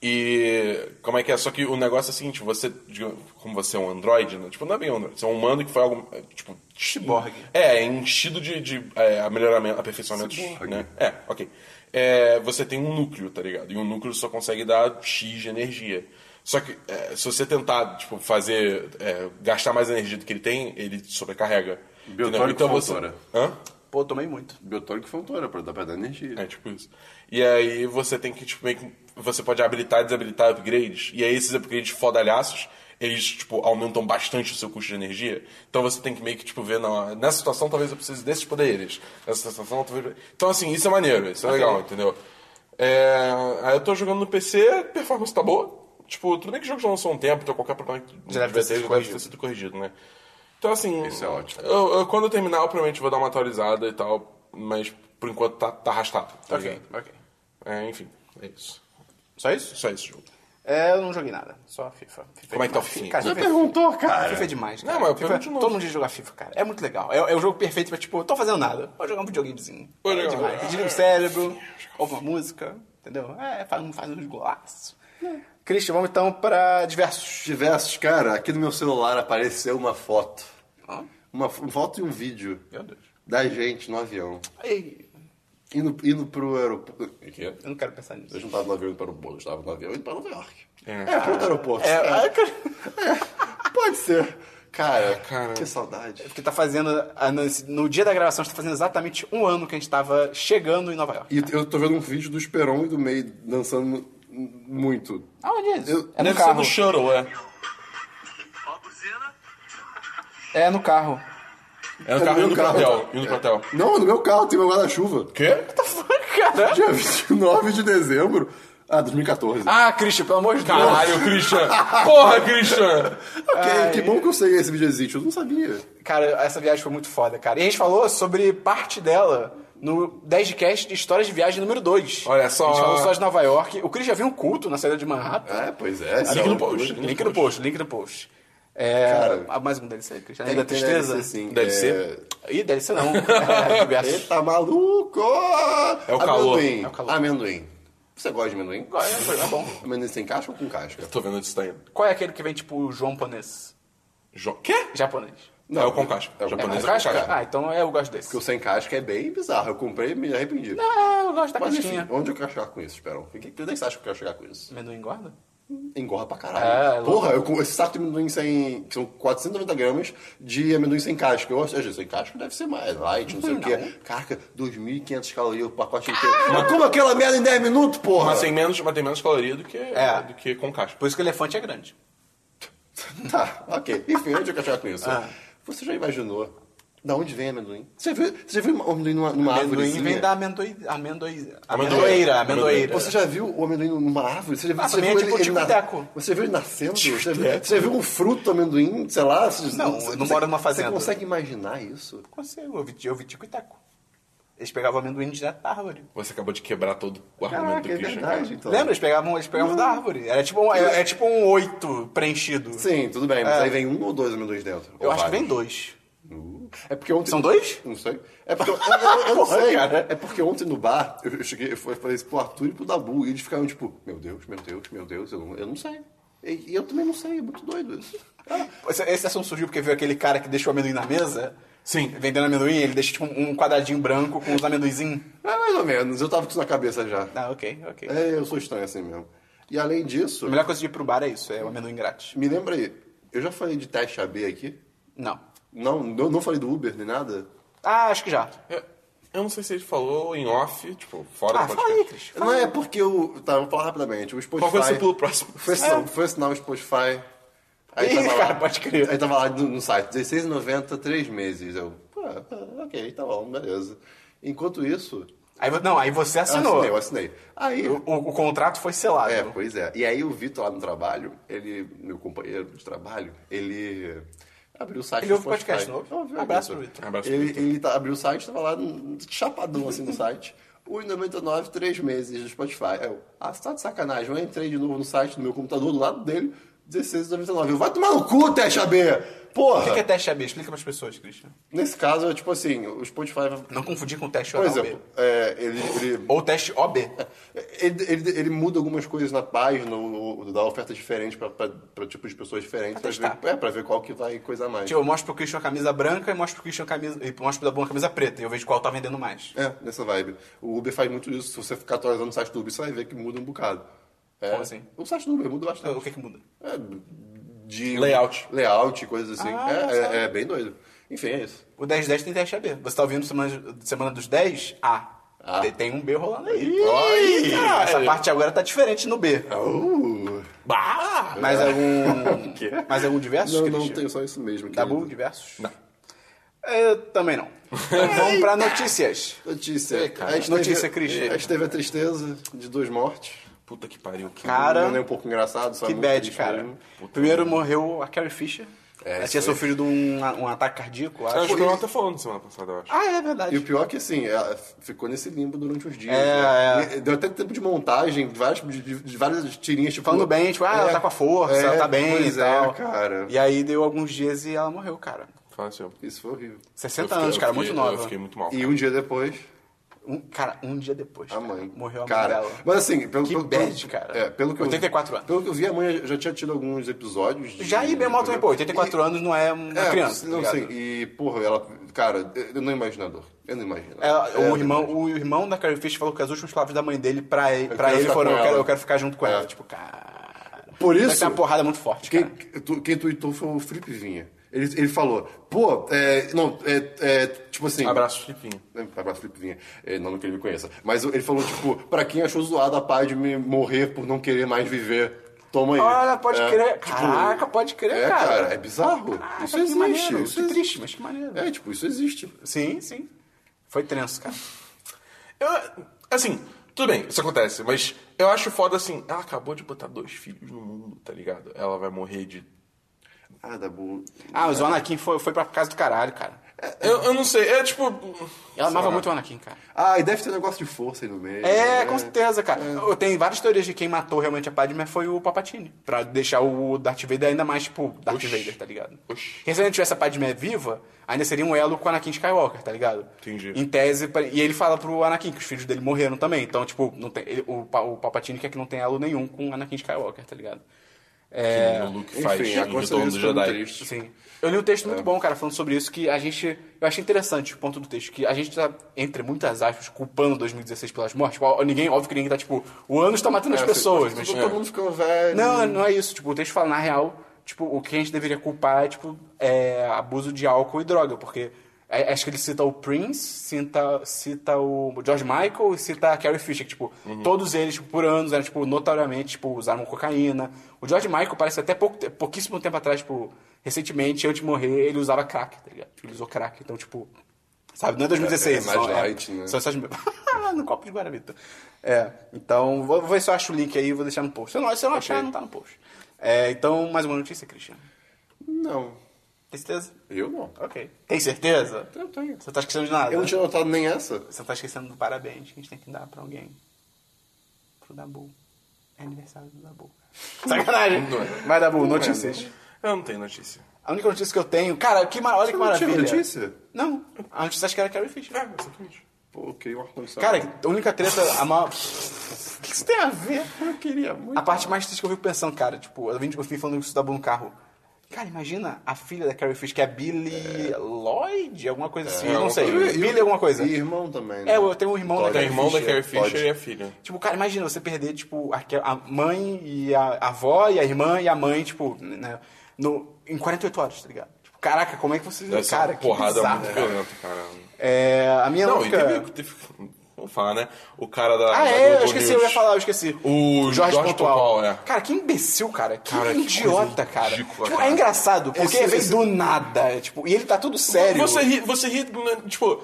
E como é que é? Só que o negócio é o seguinte, você, digamos, como você é um androide, né? tipo, não é bem um androide, você é um humano que foi algo, é, tipo... Ciborgue. É, enchido de, de é, melhoramento, aperfeiçoamentos, Ciborgue. né? É, ok. É, você tem um núcleo, tá ligado? E um núcleo só consegue dar X de energia. Só que é, se você tentar, tipo, fazer... é, gastar mais energia do que ele tem, ele sobrecarrega. Biotônico Entendeu? né? Então fontora. Hã? Pô, tomei muito. Biotônico fontora, pra dar pra dar energia. É tipo isso. E aí você tem que, tipo, meio que. Você pode habilitar e desabilitar upgrades. E aí esses upgrades fodalhaços, eles, tipo, aumentam bastante o seu custo de energia. Então você tem que meio que, tipo, ver, não, nessa situação talvez eu precise desses poderes. Nessa situação talvez. Então, assim, isso é maneiro, Ah, isso é tá legal, entendeu? É, Aí eu tô jogando no PC, a performance tá boa. Tipo, tudo bem que o jogo já lançou há um tempo, então qualquer problema que Já deve ter tiver, sido já corrigido. sido corrigido, né? Então, assim. Isso é ótimo. Eu, eu- quando eu terminar, eu provavelmente vou dar uma atualizada e tal, mas por enquanto tá, tá arrastado. tá Ok, ligado? ok. É, enfim, é isso. Só isso? Só esse jogo. É, eu não joguei nada. Só FIFA. FIFA Como é que tá o demais. Fifinha? Cara, Você FIFA é- perguntou, cara. FIFA é demais, cara. Não, mas eu FIFA- pergunto de novo. Todo mundo ia jogar FIFA, cara. É muito legal. É, é o jogo perfeito pra, tipo, tô fazendo nada. Vou jogar um videogamezinho. Vou É jogar. demais. Desliga o cérebro, ouve uma música, entendeu? É, faz, faz uns golaços. Christian, vamos então pra diversos. Diversos, cara, aqui no meu celular apareceu uma foto. Hã? Uma, f- uma foto e um vídeo Meu Deus. da gente no avião. Ei, Indo, indo pro aeroporto. eu não quero pensar nisso. Eu não tava no avião indo para o aeroporto, eu estava no avião indo para Nova York. É. É, para outro aeroporto. É, Pode ser. Cara, cara. que saudade. porque tá fazendo. ah, No no dia da gravação, está fazendo exatamente um ano que a gente tava chegando em Nova York. E eu tô vendo um vídeo do Esperon e do Meio dançando muito. Aonde é isso? Eu- é no Deve ser carro. no Shuttle, é. É no carro. É no carro meu indo pro carro, hotel. tá? Indo pro hotel. Não, no meu carro tem meu guarda-chuva. Quê? Caralho. Dia 29 de dezembro. Ah, 2014. Ah, Christian, pelo amor de Deus. Caralho, Christian! Porra, Christian! ok, que bom que eu sei que esse vídeo existe. Eu não sabia. Cara, essa viagem foi muito foda, cara. E a gente falou sobre parte dela no 10 de cast de histórias de viagem número 2. Olha só. A gente falou só de Nova York. O Chris já viu um culto na saída de Manhattan. É, pois é. Link Não, no post. Link no post, link no post. É, Cara. ah, mais um DLC, Christian. tem Ainda que ter tristeza? DLC, sim. Deve É, ser. Ih, DLC não. É, diversos. Eita, maluco! É o calor. Amendoim. É o calor. Amendoim. Você gosta de amendoim? Qual é? Foi- é bom. Amendoim sem casca ou com casca? Tô vendo tá isso daí. Qual é aquele que vem tipo João Ponês? Jo... Quê? Japonês. Não, é o com casca. É o com Japonês É é com com casca? casca. Ah, então é, eu gosto desse. Porque o sem casca é bem bizarro. Eu comprei e me arrependi. Ah, eu gosto da Mas enfim, casquinha. onde eu quero chegar com isso, Esperão? O que que- onde é que você acha que eu quero chegar com isso? Amendoim engorda? Engorda pra É, é caralho. louco. Porra, eu, com- esse saco de amendoim sem. que são 490 gramas de amendoim sem casca. Eu, ou seja, sem casca deve ser mais light, não sei o quê. Caraca, 2.500 calorias o pacote inteiro. Ah! Mas como aquela merda em 10 minutos, porra? Mas tem menos, mas tem menos caloria do que, É. do que com casca. Por isso que o elefante é grande. Ah. Tá, ok. Enfim, onde eu quero chegar com isso? Você já imaginou? Da onde vem amendoim? Você viu, você já viu um amendoim numa, numa Amendoim árvorezinha? vem da amendoi, amendoi, Amendoeira. amendoeira. Amendoeira. Você já viu o amendoim numa árvore? Você já viu, Ah, você também é viu tipo tico-teco. Você viu ele nascendo? Você, Tico-teco. você viu um fruto amendoim, sei lá? Você, Não, eu não moro numa fazenda. Você consegue imaginar isso? Consigo, eu vi, eu vi tico e taco. Eles pegavam amendoim direto da árvore. Você acabou de quebrar todo o argumento Caraca, do é Christian. verdade, então. Lembra? Eles pegavam, eles pegavam da árvore. Era tipo um, é, é tipo um oito preenchido. Sim, tudo bem, mas É. aí vem um ou dois amendoins dentro. Eu Ou acho que vem vários. dois. É porque ontem... São dois? Não sei. É porque eu, eu- eu não Porra, sei. cara. É porque ontem no bar, eu eu cheguei, eu falei isso pro Arthur e pro Dabu, e eles ficaram tipo, meu Deus, meu Deus, meu Deus, eu não, eu não sei. E e eu também não sei, é muito doido isso. É, Esse, esse assunto surgiu porque veio aquele cara que deixou amendoim na mesa. Sim. Vendendo amendoim, ele deixa tipo um quadradinho branco com os amendoinzinhos. É mais ou menos, eu tava com isso na cabeça já. Ah, ok, ok. É, eu sou estranho assim mesmo. E além disso, A melhor coisa de ir pro bar é isso, é o amendoim grátis. me lembra aí, eu já falei de teste AB aqui? Não. Não, não, não falei do Uber nem nada? Ah, acho que já. Eu, eu não sei se ele falou em off, tipo, fora Ah, do fala aí, podcast. Cris. Não é porque eu. Tá, vou falar rapidamente. O Qual Spotify. foi o seu pulo próximo? Foi sinal, foi sinal o Spotify. Aí É. Ih, tava cara, lá, pode crer. Aí tava lá no, no site, R$16,90, três meses. Eu, pô, ah, ok, tá bom, beleza. Enquanto isso. Aí, vo- não, aí você eu assinou. Ah, Assinei, eu assinei. Aí. O, o contrato foi selado. É, pois é. E aí o Vitor lá no trabalho, ele, meu companheiro de trabalho, ele abriu o site Ele do ouve o podcast Spotify. novo. Eu ouvi, Abraço Vitor. pro Vitor. Abraço pro Ele, Vitor. ele tá- abriu o site, tava lá hum, chapadão assim no site. 1,99, três meses do Spotify. Aí Eu, ah, você tá de sacanagem. Eu entrei de novo no site do meu computador, do lado dele, 16,99. Eu, vai tomar no cu, Teste AB! Porra! O que que é teste AB? Explica pras pessoas, Christian. Nesse caso, é tipo assim, o Spotify... vai- Não confundir com teste Por oral exemplo, B. é, ele- ele Ou teste OB. Ele, ele- ele muda algumas coisas na página, ou, ou dá ofertas diferentes para tipos de pessoas diferentes, Pra para testar. ver, é, pra ver qual que vai coisar mais. Tipo, eu mostro pro Christian a camisa branca e mostro pro Christian a camisa. E mostro pro Dabu a camisa preta. E eu vejo qual tá vendendo mais. É, nessa vibe. O Uber faz muito isso. Se você ficar atualizando o site do Uber, você vai ver que muda um bocado. É, Como assim? O site do Uber muda Então, bastante. O que que muda? É, de Layout. Layout, coisas assim. Ah, É, sabe. é, é bem doido. Enfim, é isso. O 10-10 tem teste AB. Você tá ouvindo semana, semana dos 10? A. Ah. Tem- Tem um B rolando aí. Ih, Ah, essa caralho. parte agora tá diferente no B. é Uh, Bah! Mais algum. mais algum é um diverso? é. não, não Christian? tenho só isso mesmo. Dabu, querido. diversos? Não. Eu também não. Vamos pra notícias. Notícia. Ei, cara. A gente teve- Notícia, Christian. A gente teve a tristeza de duas mortes. Puta que pariu. Que... Cara, Não é nem um pouco engraçado, só é Que muito bad, triste cara. mesmo. Primeiro morreu a Carrie Fisher. É, ela isso tinha foi. sofrido um, um ataque cardíaco, Acho que acho. eu tava até falando semana passada, eu acho. Ah, é E o verdade. pior é que assim, ela ficou nesse limbo durante uns É, dias. né? E Deu até tempo de montagem, de várias, de, de- de várias tirinhas, tipo. Falando bem, tipo, ah, ela é, tá com a força, é, ela tá bem e pois é, tal. cara. E aí deu alguns dias e ela morreu, cara. Fácil. Isso foi horrível. 60 assim, Eu fiquei- anos, Ah! cara, eu fiquei- muito nova. Eu fiquei muito mal. E um dia depois, Um- cara, um dia depois. a cara, mãe. morreu a mãe cara, dela. Mas assim, pelo Que pelo- bad, pelo- cara. É, pelo que 84 eu, anos. Pelo que eu vi, a mãe já tinha tido alguns episódios. de- Já e bem mal também, pô, 84 anos não é uma É, criança. Não tá sei. ligado? E, porra, ela. Cara, eu não imagino a dor. Eu não imagino. Ela- É, o, irmão, o irmão da Carrie Fisher falou que as últimas palavras da mãe dele pra, ele- pra quero ele ficar foram: com eu quero, ela." eu quero ficar junto com É. ela. Tipo, cara. Por deve isso- ser uma porrada muito forte. Quem, cara. tu- quem tweetou foi o Felipe Vinha. Ele, ele falou, pô, é, não, é, é, tipo assim... Abraço, Filipinho. Abraço, Felipe Vinha. É, não, não que ele me conheça. Mas ele falou, tipo, pra quem achou zoado a paz de me morrer por não querer mais viver, toma aí. Olha, pode É, crer. tipo, Caraca, pode crer, é, cara. É bizarro. Caraca, isso que existe. Ah, é maneiro. isso que existe. triste, mas que maneiro. É, tipo, isso existe. Sim, sim. Foi tenso, cara. Eu- assim, tudo bem, isso acontece, mas eu acho foda assim, ela acabou de botar dois filhos no mundo, tá ligado? Ela vai morrer de. Ah, Dabu... Ah, mas o Anakin foi, foi pra casa do caralho, cara. Eu, eu não sei, é tipo. Ela amava muito o Anakin, cara. Ah, e deve ter um negócio de força aí no meio. É, né? com certeza, cara. É. Eu tenho várias teorias de quem matou realmente a Padme foi o Papatini. Pra deixar o Darth Vader ainda mais, tipo, Darth Oxi. Vader, tá ligado? Oxi. Porque se ainda tivesse a Padme viva, ainda seria um elo com o Anakin Skywalker, tá ligado? Entendi. Em tese, pra- e ele fala pro Anakin que os filhos dele morreram também. Então, tipo, não tem, ele- o, Pa- o Papatini quer que não tenha elo nenhum com o Anakin Skywalker, tá ligado? É, né? o Luke faz Enfim, em Retorno aconteceu do isso foi muito Jedi. É. triste. Sim. Eu li um texto muito bom, cara, falando sobre isso, que a gente. Eu achei interessante o ponto do texto, que a gente tá, entre muitas aspas, culpando 2016 pelas mortes. Tipo, ó, ninguém, óbvio que ninguém tá, tipo, o ano está matando as É, pessoas, assim, mas. tipo, Todo mundo ficou velho. Não, não é isso. Tipo, o texto fala, na real, tipo, o que a gente deveria culpar é, tipo, é, abuso de álcool e droga, porque é, acho que ele cita o Prince, cita, cita o George Michael e cita a Carrie Fisher. Que, tipo, todos eles, tipo, por anos, eram, tipo, notoriamente, tipo, usaram cocaína. O George Michael parece até pouco, te- pouquíssimo tempo atrás, tipo, recentemente, antes de morrer, ele usava crack, tá ligado? Ele usou crack, então, tipo... Sabe, não é 2016. É, é mais são- light, né? São essas... no copo de Guaravita. É, então, vou, vou ver se eu acho o link aí e vou deixar no post. Se eu não, se eu não achar, não tá no post. É, então, mais uma notícia, Cristiano. Não. Tem certeza? Eu não. Ok. Tem certeza? Eu tenho. Você não tá esquecendo de nada? Eu não tinha notado nem essa. Você tá esquecendo do parabéns que a gente tem que dar pra alguém. Pro Dabu. É aniversário do Dabu. Sacanagem! Não é. Vai, Dabu, notícias. Eu não tenho notícia. A única notícia que eu tenho... Cara, que mar... olha que não tinha maravilha. notícia? Não. A notícia acho que era Carrie Fisher. É, exatamente. Pô, um ok, o ar-condicionado. Cara, a única treta... A maior... O que isso tem a ver? eu queria muito. A parte mais triste que eu fico pensando, cara, tipo, eu vim, eu vim falando isso da Dabu no carro. Cara, imagina a filha da Carrie Fisher, que é a Billy Lloyd, alguma coisa assim, eu não alguma sei. coisa. Billy alguma coisa. E irmão também. né? É, eu tenho um irmão da Todd. Tem o Carrie irmão da Fisher. Carrie Fisher pode. e a filha. Tipo, cara, imagina você perder, tipo, aquel- a mãe e a a avó e a irmã e a mãe, tipo, né? No, em 48 horas, tá ligado? Tipo, caraca, como é que você. Deve ser cara, uma que porrada é bizarro, muito cara. violenta, cara. É, a minha Não, e louca... teve, teve. Vamos falar, né? O cara da. Ah, da é, eu Globo esqueci, News. eu ia falar, eu esqueci. O Jorge Pontual, é. Cara, que imbecil, cara. Que Cara, que idiota, coisa cara. ridícula, tipo, é cara. engraçado, porque Esse- vem esse- do nada. é, Tipo, e ele tá tudo sério. Você ri, você ri, né, tipo,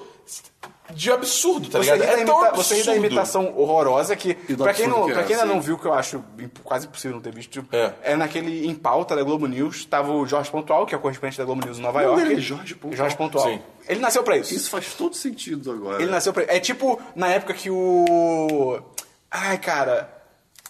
de absurdo, tá Você ri, ligado? da É tão imita- você ri da absurdo. imitação horrorosa que, E do pra quem, absurdo não, que é, pra quem ainda sim. não viu, que eu acho imp- quase impossível não ter visto, tipo, é. É. naquele Em Pauta da Globo News, tava o Jorge Pontual, que é o correspondente da Globo News em Nova nome York. dele é Jorge Pontual? Jorge Pontual. Sim. Ele nasceu pra isso. Isso faz todo sentido agora. Ele nasceu pra isso. É tipo na época que o. Ai, cara.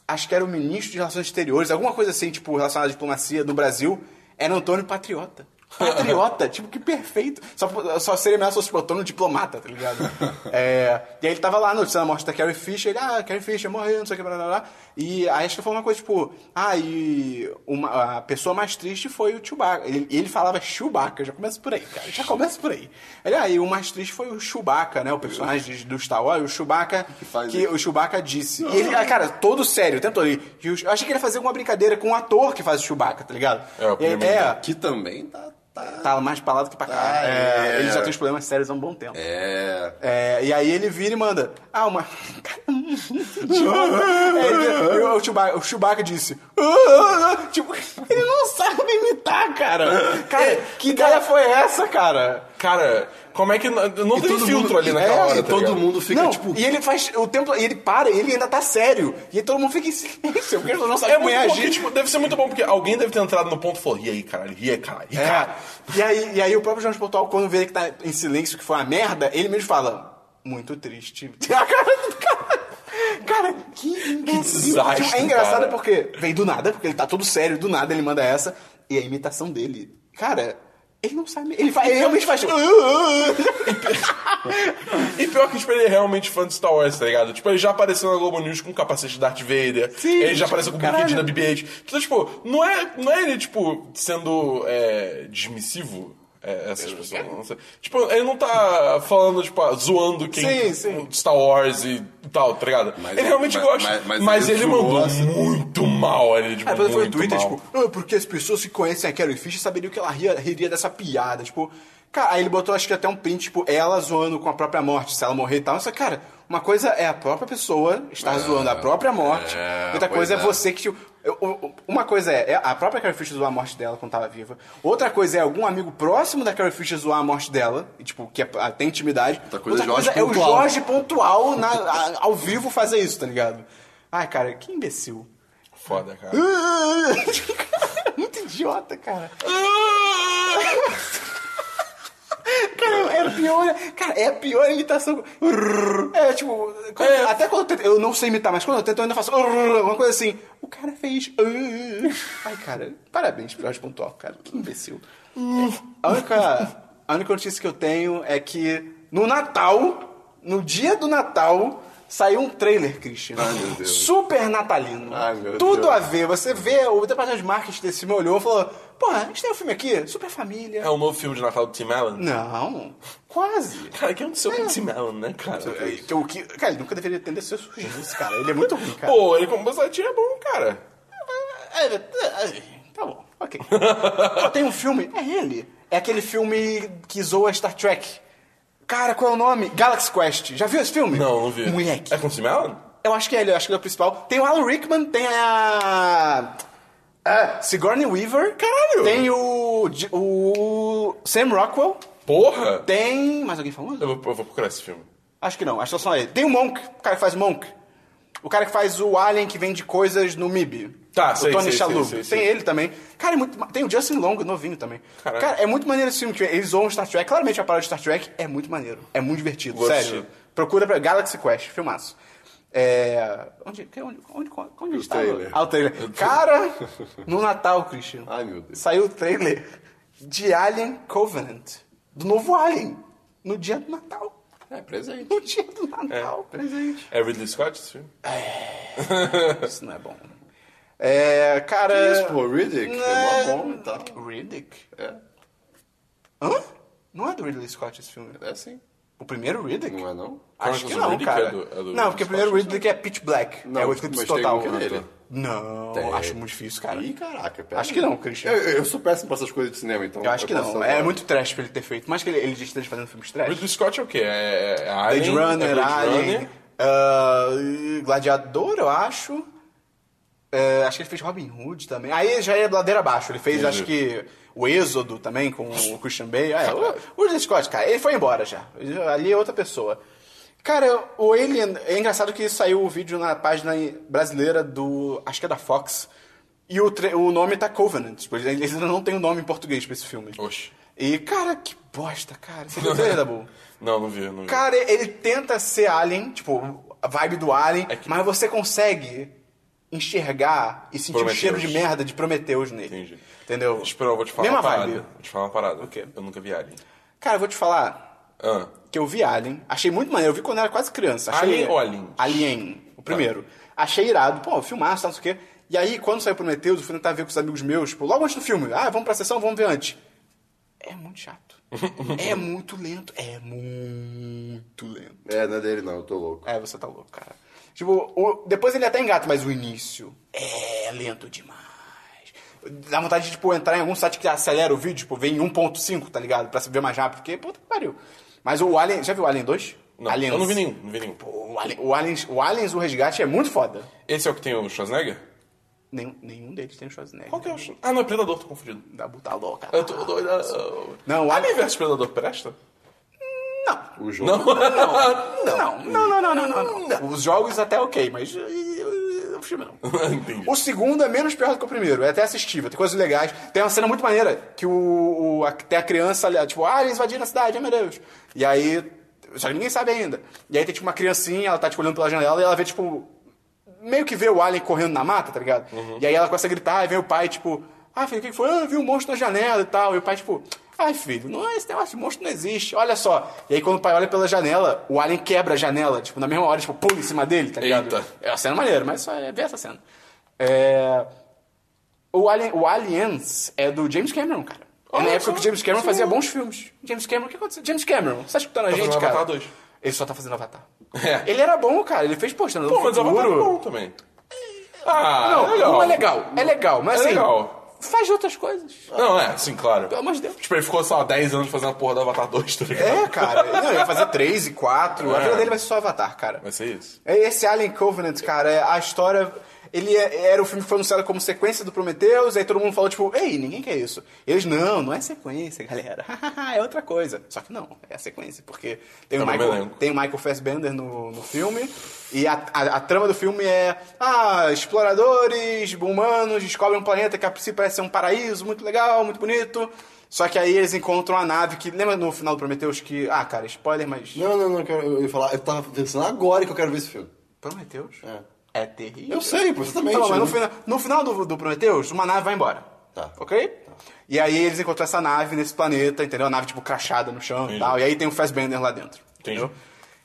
Acho que era o ministro de Relações Exteriores, alguma coisa assim, tipo, relacionada à diplomacia do Brasil, era Antônio Patriota. Patriota, tipo, que perfeito. Só, só seria melhor se fosse tipo, Antônio Diplomata, tá ligado? É, e aí ele tava lá notícia da morte da Carrie Fisher, ele, ah, Carrie Fisher morreu, não sei o que, blá, blá, blá. E aí acho que foi uma coisa, tipo, ah, e uma- a pessoa mais triste foi o Chewbacca. Ele, ele falava Chewbacca, já começa por aí, cara, já começa por aí. Ele, ah, e o mais triste foi o Chewbacca, né, o personagem do Star Wars, o Chewbacca, que, faz isso. o Chewbacca disse. E ele, ah, cara, todo sério, o tempo todo. ele- e o- Eu achei que ele ia fazer alguma brincadeira com o ator que faz o Chewbacca, tá ligado? É, o E aí- primeiro. é, Que também tá... tá... tá mais pra lá do que pra cá. Ah, É, é. Ele já tem os problemas sérios há um bom tempo. É... É, e aí ele vira e manda. Ah, uma. Cara, é, ele- e o, Chewbacca, o Chewbacca disse. "Ah", tipo, ele não sabe imitar, cara. Cara, que ideia foi essa, cara? Cara, como é que. Não não teve todo filtro mundo- ali naquela é, hora. e tá todo ligado? mundo fica, não, tipo... E ele faz o tempo. E ele para, e ele ainda tá sério. E aí todo mundo fica em silêncio, porque ele não sabe É como muito bom, porque, reagir. tipo, deve ser muito bom, porque alguém deve ter entrado no ponto e falou, e aí, caralho, e aí, caralho, e É. cara. E aí, e aí o próprio Jorge Portugal, quando vê que tá em silêncio, que foi uma merda, ele mesmo fala, muito triste. A cara do cara. Cara, que imbecil. desastre, Tipo, é engraçado cara. porque vem do nada, porque ele tá todo sério, do nada ele manda essa. E a imitação dele, cara, ele não sabe. Ele, faz, ele realmente faz. tipo, E pior que, tipo, ele é realmente fã de Star Wars, tá ligado? Tipo, ele já apareceu na Globo News com capacete de Darth Vader. Sim, ele já apareceu com caralho. brinquedinho da BB-8. Então, tipo, não é, não é ele, tipo, sendo é, dismissivo. É, essas pessoas, não sei. Tipo, ele não tá falando, tipo, ah, zoando quem um, Sim, sim. Star Wars e tal, tá ligado? Mas- é, ele realmente mas- gosta. mas- Mas, mas ele ele, mandou zoou, assim. muito mal. Ele, tipo, Aí depois foi no muito Twitter, mal. tipo, "Ah, porque as pessoas que conhecem a Carrie Fisher saberiam que ela ria- riria dessa piada. Tipo, cara, aí ele botou acho que até um print, tipo, ela zoando com a própria morte, se ela morrer e tal. Só, cara, uma coisa é a própria pessoa estar zoando a própria morte, é, outra pois coisa é é. você que. Tipo, eu- eu- uma coisa é é a própria Carrie Fisher zoar a morte dela quando tava viva. Outra coisa é algum amigo próximo da Carrie Fisher zoar a morte dela, e, tipo, que é- tem intimidade. Outra coisa é Jorge é o Pontual. Jorge pontual na- a- ao vivo fazer isso, tá ligado? Ai, cara, que imbecil. Foda, cara. Muito idiota, cara. "Ah!" Cara, é a pior, cara, é a pior imitação. É tipo, quando- É. até quando eu tento, eu não sei imitar, mas quando eu tento eu ainda faço uma coisa assim. O cara fez. "Ah." Ai, cara, parabéns pro Jorge Pontual, cara, que imbecil. É, A única, a única notícia que eu tenho é que no Natal, no dia do Natal, saiu um trailer, Christian. Ai, meu Deus. Super natalino. Ai, meu Tudo Deus. a ver. Você vê, o departamento de marketing desse filme olhou e falou: Porra, a gente tem um filme aqui, Super Família. É o novo filme de Natal do Tim Allen? Não, quase. Cara, o que aconteceu com o Tim Allen, né, cara? É, que O que, cara, ele nunca deveria ter descido surgido isso, cara. Ele é muito ruim, cara. Pô, ele como é bom, cara. É, é, é, tá bom, ok. Pô, tem um filme, é ele. É aquele filme que zoa Star Trek. Cara, qual é o nome? Galaxy Quest. Já viu esse filme? Não, não vi. Moleque. É com o Tim Allen? Eu acho que é ele, eu acho que ele é o principal. Tem o Alan Rickman, tem a. a Sigourney Weaver. Caralho! Tem o. o Sam Rockwell. Porra! Tem. Mais alguém famoso? Eu, vou, eu vou procurar esse filme. Acho que não, acho que só ele. Tem o Monk, o cara que faz Monk. O cara que faz o Alien que vende coisas no MIB. Tá, o sei, Tony sei, Shalhoub. sei, sei, sei. Tem ele também. Cara, é muito ma- tem o Justin Long, novinho também. Caralho. Cara, é muito maneiro esse filme. que Eles zoam Star Trek. Claramente a parada de Star Trek é muito maneiro. É muito divertido, Vou sério. assistir. Procura pra Galaxy Quest, filmaço. É... Onde, que- onde, onde, onde a gente tava? trailer. Ah, o trailer. Cara, no Natal, Christian. Ai, meu Deus. Saiu o trailer de Alien Covenant. Do novo Alien. No dia do Natal. É, presente. No dia do Natal, presente. É Ridley Scott esse filme? Isso não é bom. É, cara. Que isso, pô, Riddick? Né? É mó bom e tal. então. Riddick? É, Hã? Não é do Ridley Scott esse filme. é assim. O primeiro Riddick? Não é não? Acho Chronicles que of não, Riddick cara. é do- é do não, Ridley porque o Scott, primeiro não sei. Riddick é Pitch Black. Não, é o eclipse mas tem total. um que é dele. Não, Tem. acho muito difícil, cara. Ih, caraca, pera. Acho que não, Christian. Eu, eu sou péssimo pra essas coisas de cinema, então. Eu acho que posso não. É falar. muito trash pra ele ter feito. Mas que ele, ele já esteja fazendo filmes trash. Ridley Scott é o quê? É, é Blade Alien? é Runner, Blade Alien, Runner. ah, e Gladiador, eu acho. É, acho que ele fez Robin Hood também. Aí já é ladeira abaixo. Ele fez, Entendi. acho que, o Êxodo também com o Christian Bale. Ah, é, o, o Ridley Scott, cara, ele foi embora já. Ali é outra pessoa. Cara, o Alien... É engraçado que saiu o vídeo na página brasileira do... Acho que é da Fox. E o, tre- o nome tá Covenant. Tipo, eles ainda não tem um nome em português pra esse filme. Oxe. E, cara, que bosta, cara. Você viu o trailer, Dabu? Não, não vi, não vi. Cara, ele tenta ser alien, tipo, a vibe do alien, É que- mas você consegue enxergar e sentir Prometheus. o cheiro de merda de Prometheus nele. Entendi. Entendeu? Espera, eu vou te falar Mesma uma parada. vibe. Vou te falar uma parada. O quê? Eu nunca vi Alien. Cara, eu vou te falar Ah, que eu vi Alien, achei muito maneiro, eu vi quando era quase criança. Achei... Alien ou Alien? Tá. Alien, o primeiro. Achei irado, pô, filmaço, tal, não sei o quê. E aí, quando saiu Prometheus, eu fui tentar ver com os amigos meus, tipo, logo antes do filme. Ah, vamos pra sessão, vamos ver antes. É muito chato. é muito lento. É muito lento. É, não é dele não, eu tô louco. É, você tá louco, cara. Tipo, o- depois ele até engata, mas o início é lento demais. Dá vontade de, tipo, entrar em algum site que acelera o vídeo, tipo, vem em 1.5, tá ligado? Pra se ver mais rápido, porque, puta que pariu. Mas o Alien... Já viu o Alien 2? não. Aliens. Eu não vi nenhum, não vi nenhum. Pô, O, Alien, o, Aliens, o Aliens, o Resgate é muito foda. Esse é o que tem o Schwarzenegger? Nenhum, nenhum deles tem o Schwarzenegger. Qual que é o Schwarzenegger? Ah, não, é Predador, tô confundido. Da buta louca. Eu tô doido. ah, Não, o Alien- Alien versus Predador presta? Não. O jogo. Não, não, não, não, não, não, não. Os jogos até ok, mas... eh, eh, O filme não. Entendi. O segundo é menos pior do que o primeiro, é até assistível, tem coisas legais. Tem uma cena muito maneira que o, o- a, tem a criança ali, tipo, ah, eles invadiram a cidade, ai meu Deus. E aí. Só que ninguém sabe ainda. E aí tem tipo uma criancinha, ela tá tipo, olhando pela janela e ela vê, tipo. Meio que vê o alien correndo na mata, tá ligado? E aí ela começa a gritar, e vem o pai, tipo, ah, filho, o que que foi? Ah, eu vi um monstro na janela e tal. E o pai, tipo, ai filho, não, esse negócio de monstro não existe, olha só. E aí quando o pai olha pela janela, o alien quebra a janela, tipo, na mesma hora, tipo, pula em cima dele, tá ligado? Eita. É uma cena maneira, mas só é ver essa cena. É, O, Alien, o Aliens é do James Cameron, cara. É na Olha época só, que James Cameron sim. fazia bons filmes. James Cameron, o que aconteceu? James Cameron, você tá escutando a Tá gente, fazendo cara? Avatar 2. Ele só tá fazendo Avatar. É. Ele era bom, cara. Ele fez postando. Pô, mas Avatar é bom também. Ah, Não, é legal. não é legal. É legal, mas É assim, legal. faz outras coisas. Não, é, sim, claro. Pelo amor de Deus. Tipo, ele ficou, sei lá, 10 anos fazendo a porra do Avatar 2, tá ligado? É, cara. Não, ele vai fazer três e quatro. A É. vida dele vai ser só Avatar, cara. Vai ser isso. É, Esse Alien Covenant, cara, é- a história. Ele é- era o filme que foi anunciado como sequência do Prometheus, aí todo mundo falou, tipo, ei, ninguém quer isso. Eles, não, não é sequência, galera. é outra coisa. Só que não, é a sequência, porque tem, o É um Michael, elenco. tem o Michael Fassbender no, no filme, e a, a, a trama do filme é, ah, exploradores humanos descobrem um planeta que a princípio parece ser um paraíso, muito legal, muito bonito. Só que aí eles encontram a nave que, lembra no final do Prometheus que, ah, cara, spoiler, mas... Não, não, não, eu, quero, eu ia falar, eu tava pensando agora que eu quero ver esse filme. Prometheus? É. É terrível. Eu sei, pô, exatamente. Então, mas né? no final, no final do, do Prometheus, uma nave vai embora. Tá. Ok? E aí eles encontram essa nave nesse planeta, entendeu? A nave, tipo, crachada no chão e Entendi. tal. E aí tem o Fassbender lá dentro. Entendi. Entendeu?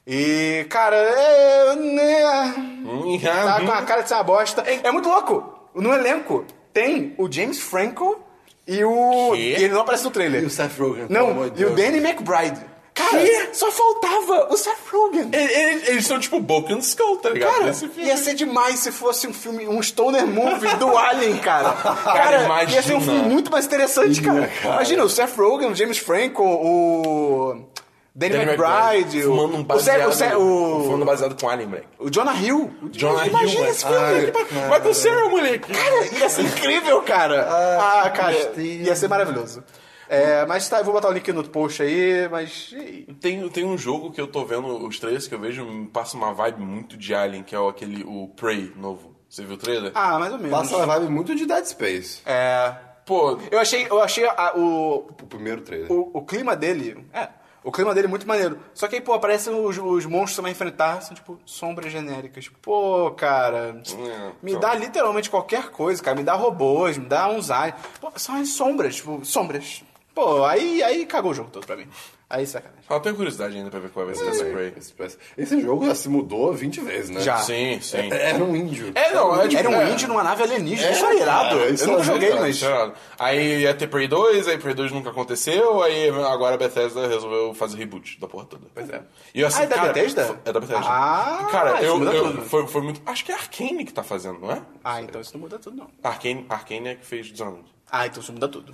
E, cara, é... né, Uhum. Tá com a cara de ser uma bosta. É muito louco. No elenco tem o James Franco e o... Quê? E ele não aparece no trailer. E o Seth Rogen, pelo Não, amor e de o Deus. Danny McBride. Cara, só faltava o Seth Rogen. Ele- ele- Eles são tipo Boken Skull, tá ligado? Cara, Esse filme. ia ser demais se fosse um filme, um stoner movie do Alien, cara. Cara, ia ser um imagina. filme muito mais interessante, cara. Imagina, o Seth Rogen, o James Franco, o... Danny, McBride, o- é fumando um o, Sérgio- baseado. o, Sérgio- o- Fumando um baseado com Alien, moleque. o Jonah Hill. Jonah Hill, é. Ah. Imagina moleque. esse filme. Ai, que pa- Vai pro céu, moleque! Ia ser incrível, cara. Ah, cara, gostei. ia ser maravilhoso. É, mas tá, eu vou botar o link no post aí, mas... Tem, tem um jogo que eu tô vendo, os trailers que eu vejo, me passa uma vibe muito de Alien, que é o, aquele, o Prey novo. Você viu o trailer? Ah, mais ou menos. Passa uma vibe muito de Dead Space. É... Pô, Eu achei, eu achei a- o, O primeiro trailer. o, o clima dele... É, o clima dele é muito maneiro. Só que aí, pô, aparecem os, os monstros que você vai enfrentar, são tipo sombras genéricas. Tipo, Pô, cara... É, me então. dá literalmente qualquer coisa, cara. Me dá robôs, me dá uns aliens. Pô, são as sombras, tipo, sombras. Pô, aí, aí cagou o jogo todo pra mim. Aí sacanagem. eu tenho curiosidade ainda pra ver qual vai ser Hum. esse Prey. Esse parece- Esse jogo já se mudou 20 vezes, né? Já. Ah. Sim, sim. Era um índio. É, não, é tipo, Era um é. índio numa nave alienígena. É, Isso era irado. cara, isso Eu nunca é joguei, irado, mas. Tá. Aí ia ter Prey 2, aí Prey 2 nunca aconteceu, aí agora a Bethesda resolveu fazer reboot da porra toda. Pois é. E eu, assim, Ah, é da cara, Bethesda? f- É da Bethesda. Ah, cara, isso eu, muda eu- tudo. foi, foi muito. Acho que é a Arkane que tá fazendo, não é? Ah, então isso não muda tudo, não. Arkane, Arkane é que fez Dishonored. Ah, então isso muda tudo.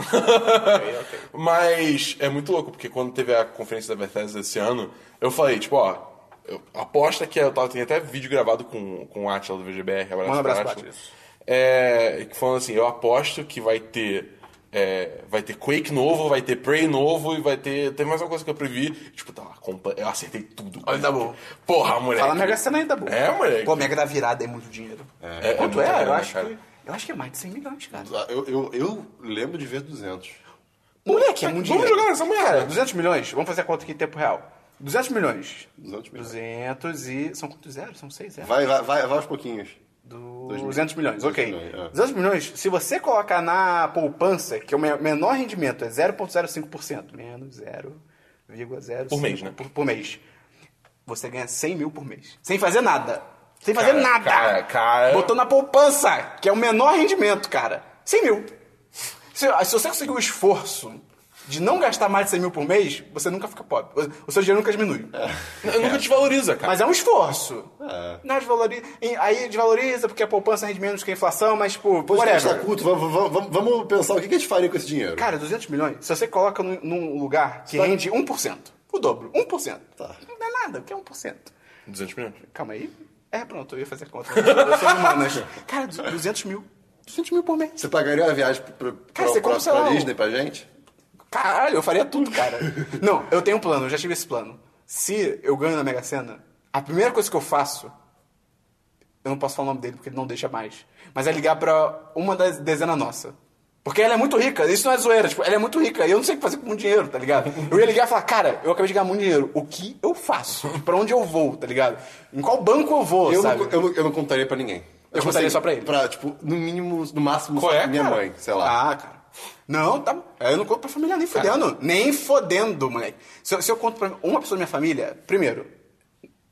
Mas é muito louco, porque quando teve a conferência da Bethesda esse ano, eu falei, tipo, ó, eu- aposta que eu tava, tem até vídeo gravado com, com o Atila do VGBR, abraço, Manda um abraço pra pro Atila. Atila. É, que falando assim, eu aposto que vai ter. é, vai ter Quake novo, vai ter Prey novo e vai ter. Tem mais uma coisa que eu previ. Tipo, tá, compa- eu acertei tudo. Olha, tá bom. Porra, moleque. Fala Mega Sena ainda, boa. É, moleque. Pô, Mega da virada é muito dinheiro. É, é Quanto muito é? dinheiro, Eu né, acho cara? que. Eu acho que é mais de 100 milhões, cara. Eu, eu, eu lembro de ver 200. Moleque, é muito Vamos dinheiro. jogar nessa manhã. Cara, 200 milhões? Vamos fazer a conta aqui em tempo real. 200 milhões. 200 milhões. 200 e. São quantos zeros? São seis zeros. Vai, vai, vai, vai aos pouquinhos. Do... Dois mil- 200 milhões, dois ok. milhões, é. 200 milhões, se você colocar na poupança, que é o me- menor rendimento, é 0,05%, menos 0,05%. Por mês, né? Por, por mês. Você ganha 100 mil por mês. Sem fazer nada. Sem fazer Cara, nada. cara, É. cara. Botou na poupança, que é o menor rendimento, cara. 100 mil. Se, se você conseguir o esforço de não gastar mais de 100 mil por mês, você nunca fica pobre. O seu dinheiro nunca diminui. Eu nunca te valoriza, cara. Mas é um esforço. É. Não desvaloriza. e Aí desvaloriza porque a poupança rende menos que a inflação, mas, tipo, Pois que a whatever. gente tá culto, vamos, vamos- vamos- vamos pensar o que que a gente faria com esse dinheiro. Cara, 200 milhões, se você coloca num, num lugar que rende 1%, o dobro, 1%. Tá. Não dá nada, o que é 1%? 200 milhões. Calma aí. É, pronto, eu ia fazer conta. Eu sou humanas. Cara, 200 mil. 200 mil por mês. Você pagaria uma viagem pra, pra, Cara, você pra- compra, sei pra lá, um- Disney pra gente? Caralho, eu faria tudo, cara. Não, eu tenho um plano, eu já tive esse plano. Se eu ganho na Mega Sena, a primeira coisa que eu faço. Eu não posso falar o nome dele porque ele não deixa mais. Mas é ligar pra uma das dezenas nossa. Porque ela é muito rica, isso não é zoeira, tipo, ela é muito rica e eu não sei o que fazer com muito dinheiro, tá ligado? Eu ia ligar e falar, cara, eu acabei de ganhar muito dinheiro, o que eu faço? Pra onde eu vou, tá ligado? Em qual banco eu vou, Eu sabe? não, eu, não, eu não contaria pra ninguém. Eu contaria só pra ele. Pra, tipo, no mínimo, no máximo, Qual é, minha cara? mãe, sei lá. Ah, cara. Não, tá. Eu não conto pra família nem fodendo. Nem fodendo, moleque. Se eu, se eu conto pra uma pessoa da minha família, primeiro,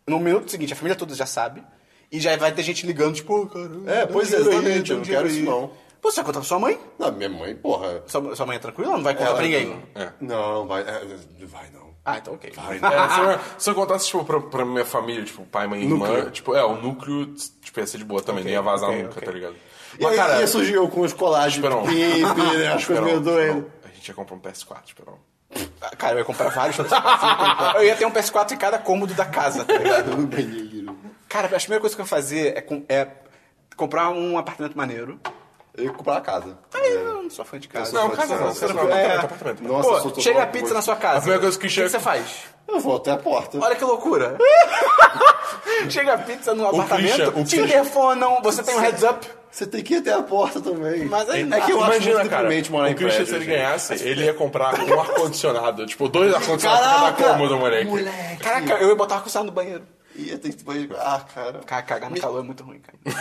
no minuto seguinte, a família toda já sabe. E já vai ter gente ligando, tipo, "Ô, cara. É, dá um pois é, dinheiro aí, dá exatamente, um eu não dinheiro quero isso aí." não. Pô, você vai contar pra sua mãe? Não, minha mãe, porra. Sua, sua mãe é tranquila? Não vai contar pra ninguém. É. Não, vai. é, vai não. Ah, então ok. Vai não. É, se, eu, se eu contasse, tipo, pra, pra minha família, tipo, pai, mãe e irmã, ah. Núcleo. tipo, é, o núcleo, tipo, ia ser de boa também, não ia vazar ok, nunca, ok. tá ligado? E aí, ia surgir eu com os colagens de Esperon. pipe, né? As coisas Esperon, meio doidas. Esperon, a gente ia comprar um PS4, Esperon. Ah, Cara, eu ia comprar vários. pra você comprar. eu ia ter um PS4 em cada cômodo da casa, tá ligado? No banheiro. Cara, a primeira coisa que eu ia fazer é, com- é comprar um apartamento maneiro. Eu ia comprar a casa. Aí eu É. não sou fã de casa. Não, casa não, Você casa não- não, é. apartamento, apartamento. Nossa, eu sou Pô, todo chega a louco pizza hoje. na sua casa. A primeira coisa que O chega- que você faz? Eu vou até a porta. Olha que loucura. chega a pizza no Christian, apartamento, te o Christian- telefonam, você tem um heads up. Você tem que ir até a porta também. Mas aí não é que eu dá. acho Imagina, muito cara, deprimente morar em o Christian, se prédio, ele assim. gente. ganhasse, ele ia comprar um ar-condicionado, tipo, dois ar-condicionados pra cada cômodo, moleque. Moleque. Caraca, eu ia botar o acusado no banheiro. Ia ter que banheiro. Ah, cara. Cara, cagar no calor é muito ruim, cara.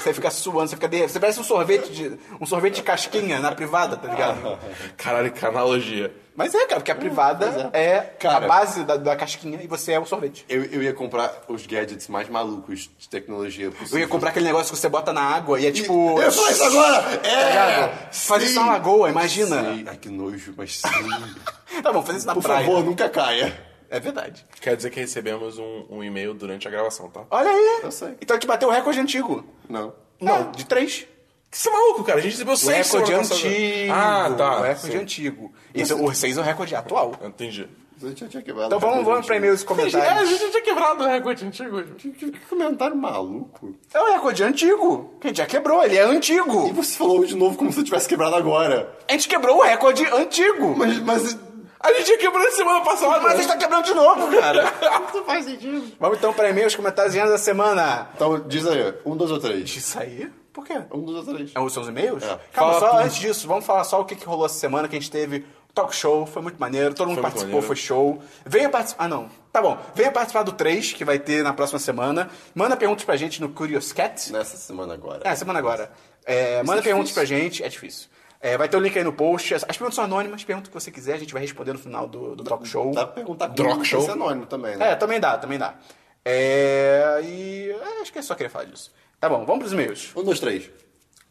Você fica suando, você fica derretendo. Você parece um sorvete de. um sorvete de casquinha na privada, tá ligado? Caralho, que analogia. Mas é, cara, porque a privada é, a Cara. base da, da casquinha e você é o sorvete. Eu, eu ia comprar os gadgets mais malucos de tecnologia possível. Eu ia comprar aquele negócio que você bota na água e é tipo. Eu ia falar isso agora! Tá É! ligado? Faz sim. isso na lagoa, imagina. Sim. Ai, que nojo, mas sim. Tá bom, faz isso na Por praia. favor, nunca caia. É verdade. Quer dizer que recebemos um, um e-mail durante a gravação, tá? Olha aí. Eu sei. Então a gente bateu o recorde antigo. Não. Não, de três. Você é maluco, cara? A gente Um recebeu O seis recorde semana passada. antigo. Ah, tá. O recorde sim. antigo. Esse, o seis é o recorde atual. Entendi. A gente já tinha quebrado. Então vamos, vamos pra e-mails e É, a comentários. gente já tinha quebrado o recorde antigo. gente. Que que comentário maluco. É um recorde antigo. Que a gente já quebrou, ele é E antigo. você falou de novo como se eu tivesse quebrado agora. A gente quebrou o recorde antigo. Mas, mas A gente tinha quebrado semana passada. Mas a gente tá quebrando de novo, cara. não faz sentido. Vamos então pra e-mails, comentários e anos da semana. Então, diz aí, um, dois ou três? Isso aí? Por quê? Um, dois ou três. É os seus e-mails? É. Calma, Fala só tudo. antes disso, vamos falar só o que, que rolou essa semana, que a gente teve talk show, foi muito maneiro, todo mundo Foi muito participou, maneiro. foi show. Venha participar. Ah, não. Tá bom. Venha participar do 3, que vai ter na próxima semana. Manda perguntas pra gente no Curious Cat. Nessa semana agora. É, semana agora. É, manda perguntas pra gente, é difícil. É, vai ter o link aí no post. As as perguntas são anônimas, pergunta o que você quiser, a gente vai responder no final do, do talk show. Tá. Dá pra perguntar com Droga show. esse anônimo também, né? É, também dá, também dá. É, e é, acho que é só queria falar disso. Tá bom, vamos pros e-mails. Um, dois, três.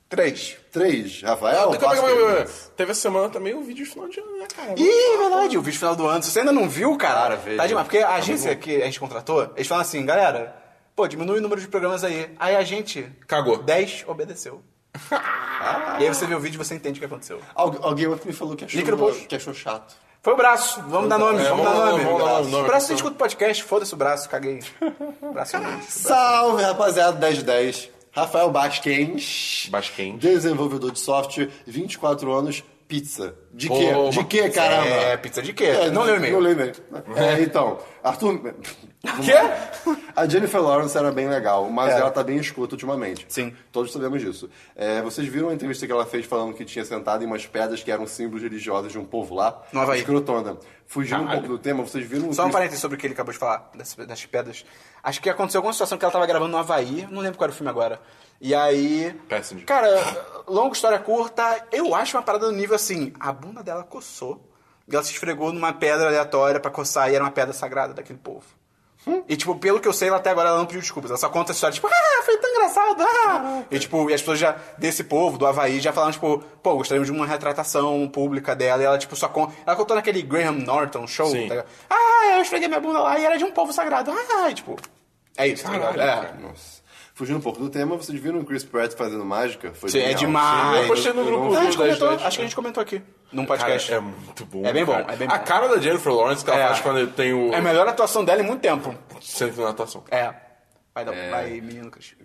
3. Três, Rafael, Calma, calma, Vasco calma, e calma. Mendes. Teve essa semana também o vídeo de final de ano, né, cara? Ih, é verdade, o vídeo final do ano. Se você ainda não viu, cara, Ah, Cara, veja. tá demais. Porque a Tá agência que a gente contratou, eles falam assim, galera, pô, diminui o número de programas aí. Aí a gente... Cagou. 10 obedeceu. Ah. E aí você vê o vídeo e você entende o que aconteceu. Algu- alguém outro me falou que achou, Link no post. que achou chato. Foi o braço. Vamos dar nome, É, vamos, vamos dar lá, nome. vamos lá, braço. o nome, braço então. escuta o podcast, foda-se o braço, caguei. Braço Salve, rapaziada, 10 de 10. Rafael Basquens. Basquens. Desenvolvedor de software, 24 anos, pizza. De quê? Ô, de quê, caramba? É, pizza de quê? É, não leu o Não e-mail. leu e-mail. É, então, Arthur... Quê? A Jennifer Lawrence era bem legal, mas Era. ela tá bem escuta ultimamente. É. Sim. Todos sabemos disso. É, vocês viram a entrevista que ela fez falando que tinha sentado em umas pedras que eram símbolos religiosos de um povo lá? No Havaí. Ah, Escrotona. Fugindo um Caralho. pouco do tema, vocês viram... Só um que- parênteses sobre o que ele acabou de falar, das, das pedras. Acho que aconteceu alguma situação que ela tava gravando no Havaí, não lembro qual era o filme agora. E aí. Passenger. Cara, longa história curta, eu acho uma parada do nível assim: a bunda dela coçou e ela se esfregou numa pedra aleatória pra coçar e era uma pedra sagrada daquele povo. E, tipo, pelo que eu sei, ela até agora ela não pediu desculpas. Ela só conta essa história, tipo, ah, foi tão engraçado, ah! E, tipo, e as pessoas já, desse povo, do Havaí, já falaram, tipo, pô, gostaríamos de uma retratação pública dela. E ela, tipo, só conta... Ela contou naquele Graham Norton show, Sim. tá ligado? Ah, eu esfreguei minha bunda lá e era de um povo sagrado. Ah, e, tipo... É isso, tá ligado? Caralho, É. Nossa. Fugindo um pouco do tema, vocês viram o Chris Pratt fazendo mágica? Foi Sim, é genial. demais. Eu postei no Eu grupo não- Ah, a gente do 10 comentou, 10. acho que a gente comentou aqui, num Cara, podcast. é muito bom. É bem bom, cara. é bem bom. A cara da Jennifer Lawrence que ela É. faz quando tem o. É a melhor atuação dela em muito tempo. centro de natação. É. Vai, dar, vai menino, Cris.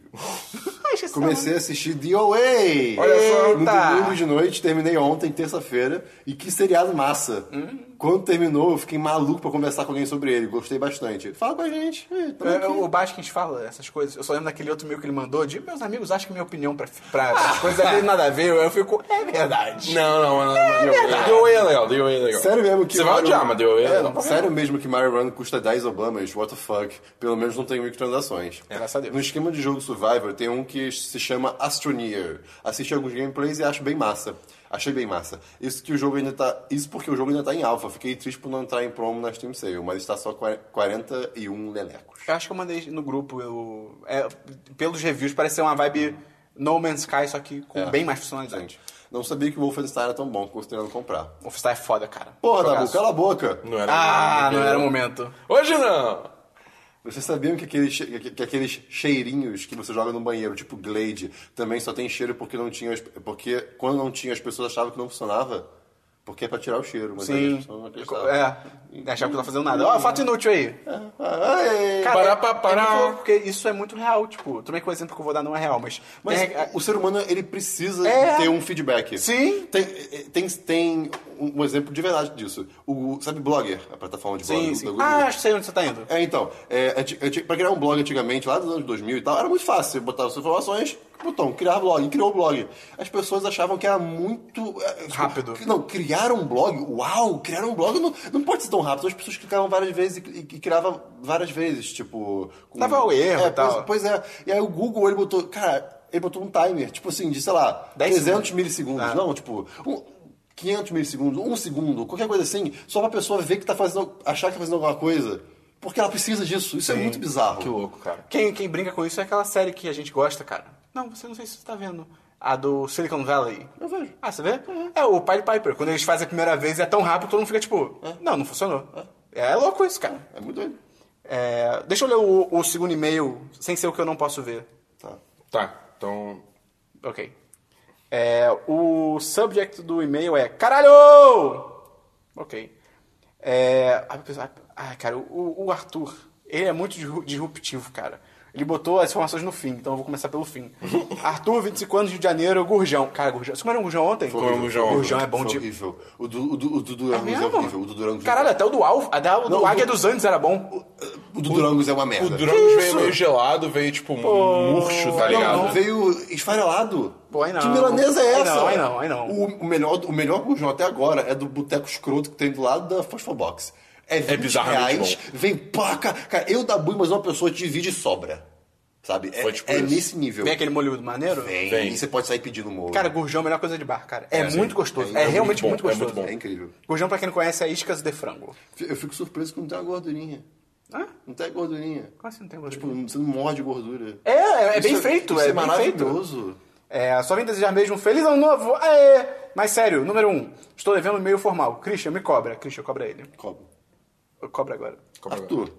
Ai, esqueci Comecei a assistir DOA! né? Olha só. No Eita. domingo de noite, terminei ontem, terça-feira, e que seriado massa! Uhum. Quando terminou, eu fiquei maluco pra conversar com alguém sobre ele, gostei bastante. Fala com a gente! É, tamo É, aqui. o Baskins fala essas coisas. Eu só lembro daquele outro meio que ele mandou de meus amigos acham que minha opinião pra, pra essas coisas é nada a ver. Eu fico, é verdade. Não, não, mas. mas- Deu é legal, deu é legal. Sério mesmo que. Você vai Mario- odiar, mas deu é É, legal. Sério mesmo que Mario Run custa 10 Obamas, what the fuck? Pelo menos não tem microtransações. Graças a Deus. No esquema de jogo Survivor tem um que se chama Astroneer. Assisti alguns gameplays e acho bem massa. Achei bem massa. Isso que o jogo ainda tá. Isso porque o jogo ainda tá em alpha. Fiquei triste por não entrar em promo na Steam Sale, mas está só 41 lelecos. Eu acho que eu mandei no grupo. Eu, é, pelos reviews, parece ser uma vibe No Man's Sky, só que com bem mais funcionalidade. Gente, não sabia que o Wolfenstein era tão bom, considerando comprar. O Star é foda, cara. Porra, Jogaço. Dabu, cala a boca! Não é era. Ah, não era o momento. Hoje não! Vocês sabiam que aqueles, che- que- que aqueles cheirinhos que você joga no banheiro, tipo Glade, também só tem cheiro porque não tinha. as- Porque quando não tinha, as pessoas achavam que não funcionava? Porque é pra tirar o cheiro, mas aí as Sim. pessoas não Uhum. acreditavam. É. Achava que não tá fazendo nada. Ó, fato inútil aí. Ah, é. Cara, Pará, é- pá, é pará. muito louco, porque isso é muito real. Tipo, também que o exemplo que eu vou dar não é real, mas. Mas tem- o ser humano, ele precisa É. ter um feedback. Sim. Tem, tem, tem um exemplo de verdade disso. O, sabe Blogger, a plataforma de blog Sim, do- sim. do Google? Ah, acho que sei onde você tá indo. É, então, é, anti- anti- pra criar um blog antigamente, lá nos anos 2000 e tal, era muito fácil. Você botava suas informações, botão, criar blog, e criou o blog. As pessoas achavam que era muito... é, tipo, Rápido. que- não, criar um blog, uau, criar um blog não, não pode ser tão rápido. As pessoas clicavam várias vezes e, e- e criavam várias vezes, tipo... Com... Dava o erro é, e tal. Pois, pois é, e aí o Google, ele botou, cara, ele botou um timer, tipo assim, de, sei lá, Dez 300 segundos. milissegundos, Ah. não, tipo... um- 500 milissegundos, um segundo, qualquer coisa assim, só pra pessoa ver que tá fazendo, achar que tá fazendo alguma coisa, porque ela precisa disso. Isso é muito bizarro. Que louco, cara. Quem, quem brinca com isso é aquela série que a gente gosta, cara. Não, você não sei se você tá vendo. A do Silicon Valley. Eu vejo. Uhum. Ah, você vê? É, o Pied Piper. Quando eles fazem a primeira vez e é tão rápido, todo mundo fica tipo, não, não funcionou. É, louco isso, cara. É muito doido. É, deixa eu ler o, o segundo e-mail, sem ser o que eu não posso ver. Tá. Tá, então. Ok. É, o subject do e-mail é Caralho! Ok. É, a pessoa- ah, cara, o, o Arthur, ele é muito disru- disruptivo, cara. Ele botou as informações no fim, então eu vou começar pelo fim. Arthur, 25 anos, Rio de Janeiro, Gurjão. Cara, Gurjão. Você comeu um Gurjão ontem? Comi um Gurjão ontem. Gurjão é bom Foi de... horrível. O do, o do, o do Durangos é, mesmo? horrível. O do Durangos Caralho, até o do Alvo, a da- o do Não, o Águia do- dos Andes era bom. O do Durangos é uma merda. O Drums veio isso? meio gelado, veio tipo murcho, tá Não, ligado? não, veio esfarelado. Pô, aí não. Que milanesa é Aí essa? não, aí não, aí não. O, o melhor, o melhor bujão até agora é do boteco escroto que tem do lado da Fosfobox. É 20 bizarramente reais, vem paca. Cara, eu da Bui, mas uma pessoa divide e sobra. Sabe? É, Foi tipo é isso. nesse nível. Vem aquele molho do maneiro? Vem, Vem. E você pode sair pedindo molho. Cara, Gurjão é a melhor coisa de bar, cara. É, sim. muito gostoso. É, É, é realmente muito, muito bom, é gostoso. muito é incrível. Gurjão, pra quem não conhece, é iscas de frango. Eu fico surpreso que não tem uma gordurinha. Hã? Não tem gordurinha. Como assim Ah, não tem gordura? Tipo, você não morde gordura. É, é, é Isso bem feito, isso é, é, bem feito. maravilhoso. É, só vim desejar mesmo um feliz ano novo. Aê! Mas sério, número um, estou devendo um e-mail formal. Christian, me cobra. Christian, cobra ele. Cobra. Eu cobro agora. Como é? Arthur.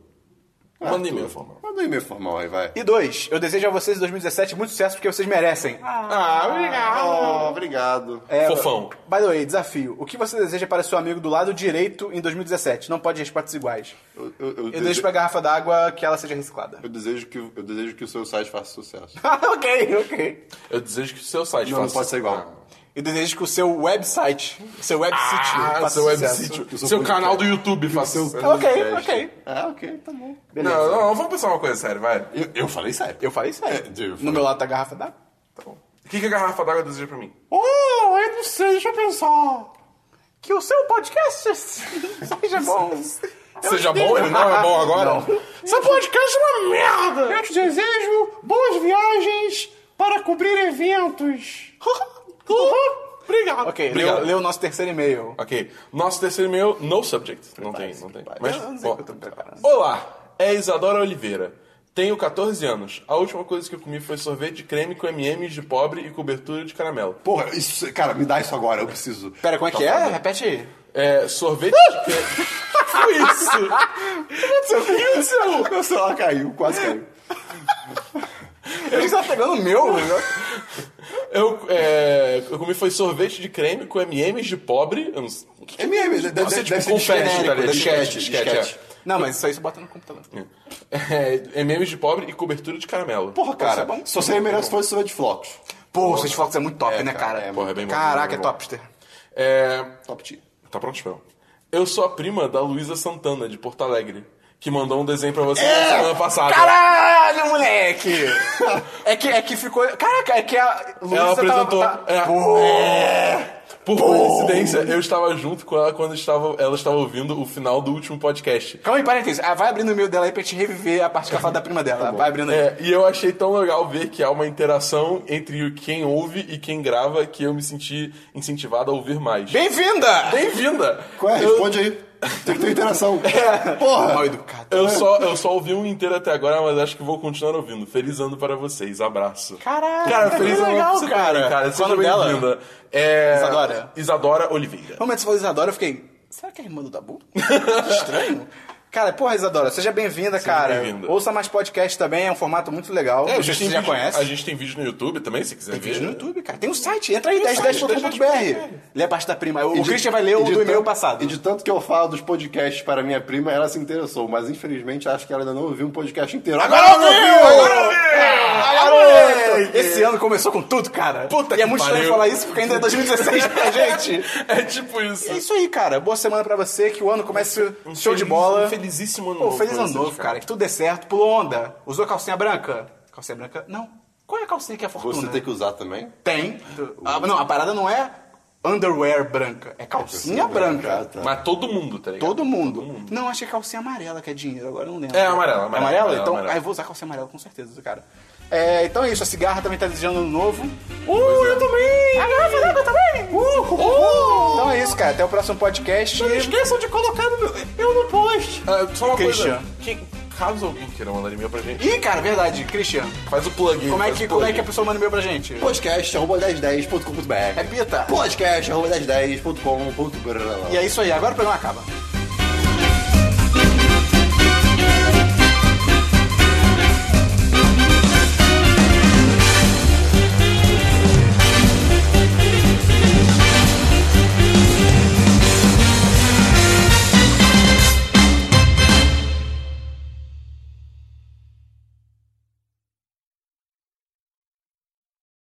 Manda e-mail formal. Manda um e-mail formal aí, vai. E dois, eu desejo a vocês em 2017 muito sucesso porque vocês merecem. Ah, obrigado. Ah, obrigado. É, Fofão. By the way, desafio. O que você deseja para seu amigo do lado direito em 2017? Não pode respostas iguais. Eu, eu, eu Eu dese- deixo pra garrafa d'água que ela seja reciclada. eu desejo que eu desejo que o seu site faça sucesso. ok, ok. Eu desejo que o seu site Não, faça não pode ser igual. Eu desejo que o seu website, seu web sítio, Ah, faça seu web sucesso. sítio. sou Seu podcast. canal do YouTube faça sucesso. Ok, Podcast. ok. Ah, ok, tá bom. Beleza. Não, não, vamos pensar uma coisa séria, vai. Eu, eu falei sério. Eu falei isso aí. É, eu falei. no meu lado da garrafa d'água. Tá bom. O que, que a garrafa d'água deseja pra mim? Oh, eu não sei, deixa eu pensar. Que o seu podcast seja bom. Seja bom, ele não é bom agora? Esse podcast é uma merda. Eu te desejo boas viagens para cobrir eventos. Obrigado. ok, Obrigado. leu, leu o nosso terceiro e-mail. Ok. Nosso terceiro e-mail, no subject. Não tem, não tem. Mas, Eu não sei o ó. que eu tô me preparando. Olá, é Isadora Oliveira. Tenho 14 anos. A última coisa que eu comi foi sorvete de creme com M&M's de pobre e cobertura de caramelo. Porra, isso, cara, me dá isso agora, eu preciso. Tá Pera, como é que Tá é? Repete aí. É, sorvete de creme... Foi isso! Meu celular caiu, quase caiu. Eu achei que você tava tá pegando o meu. Eu, é, eu comi foi sorvete de creme com M&M's de pobre... Eu não sei. É mesmo, deve, deve, Deve ser tipo deve ser confete, disquete, tá ligado? deve ser Disquete, disquete, é. Não, mas isso aí você bota no computador. É, M&M's de pobre e cobertura de caramelo. Porra, Isso é cara, bom. só seria melhor se fosse sorvete de flocos. Pô, esses fotos é muito top, É, né, cara, cara? é, porra, é bem bom, Caraca, bem é bom. topster. É, Top tier. Tá pronto, Chapéu? Eu sou a prima da Luísa Santana, de Porto Alegre, que mandou um desenho pra você na semana passada. Caralho, moleque! é, que, é que ficou... Caraca, é que a Luísa Ela tava- apresentou. tá- é, é. por coincidência, eu estava junto com ela quando estava, ela estava ouvindo o final do último podcast. Calma aí, parênteses. Ah, vai abrindo o e-mail dela aí pra gente reviver a parte que ela fala da prima dela. vai abrindo aí. É, e eu achei tão legal ver que há uma interação entre o quem ouve e quem grava que eu me senti incentivado a ouvir mais. Bem-vinda! Bem-vinda! Qual é? Eu- Responde aí. Tem que ter interação. Porra! Mal educado. Eu só, eu só ouvi um inteiro até agora, mas acho que vou continuar ouvindo. Feliz ano para vocês. Abraço. Caraca, cara, que feliz ano legal, pra você cara. também, cara. Qual Seja o nome dela? bem-vinda. É... Isadora? Isadora Oliveira. No momento que você falou Isadora, eu fiquei, será que é irmã do Dabu? Que Estranho. Cara, porra, Isadora, seja bem-vinda, cara. bem-vinda. Ouça mais podcast também, é um formato muito legal. É, a você gente já tem vídeo- conhece. A gente tem vídeo no YouTube também, se quiser Tem vídeo ver. no YouTube, cara. Tem um site, entra aí, site, 1010.com.br. 1010. Lê a parte da prima. O E de- Christian vai ler o e de do e-mail tanto- passado. E de tanto que eu falo dos podcasts para minha prima, ela se interessou, mas infelizmente acho que ela ainda não ouviu um podcast inteiro. Agora ela ouviu! Agora eu vi! Esse ano começou com tudo, cara. Puta e é que muito estranho pariu. falar isso, porque ainda é 2016 pra gente. É tipo isso. É isso aí, cara. Boa semana pra você, que o ano comece Um show de feliz- bola. um felizíssimo ano Pô, novo feliz pra ano vocês, novo, cara. cara. Que tudo dê certo. Pulou onda. Usou calcinha branca? Calcinha branca? Não. Qual é a calcinha que é a fortuna? Você tem que usar também? Tem. Ah, não, a parada não é underwear branca. É calcinha branca. Ah, tá. Mas todo mundo, tá ligado? Todo mundo. Não, achei calcinha amarela que é dinheiro, agora eu não lembro. É, amarela, amarela, É amarela, Então, amarela. aí eu vou usar calcinha amarela com certeza, cara. É, então é isso, a cigarra também tá desejando ano novo. Uh, eu também! A garrafa d'água também! Uh, Então é isso, cara. Até o próximo podcast. Não esqueçam de colocar no meu... Eu no post. Ah, só uma Christian. coisa. Quem- caso alguém queira mandar e-mail pra gente, Ih, cara, verdade, Christian. faz o plug. Como é, faz que, o como é plug. que a pessoa manda e-mail pra gente? Podcast arroba 1010.com.br Repita. Podcast arroba 1010.com.br E é isso aí, agora o programa acaba.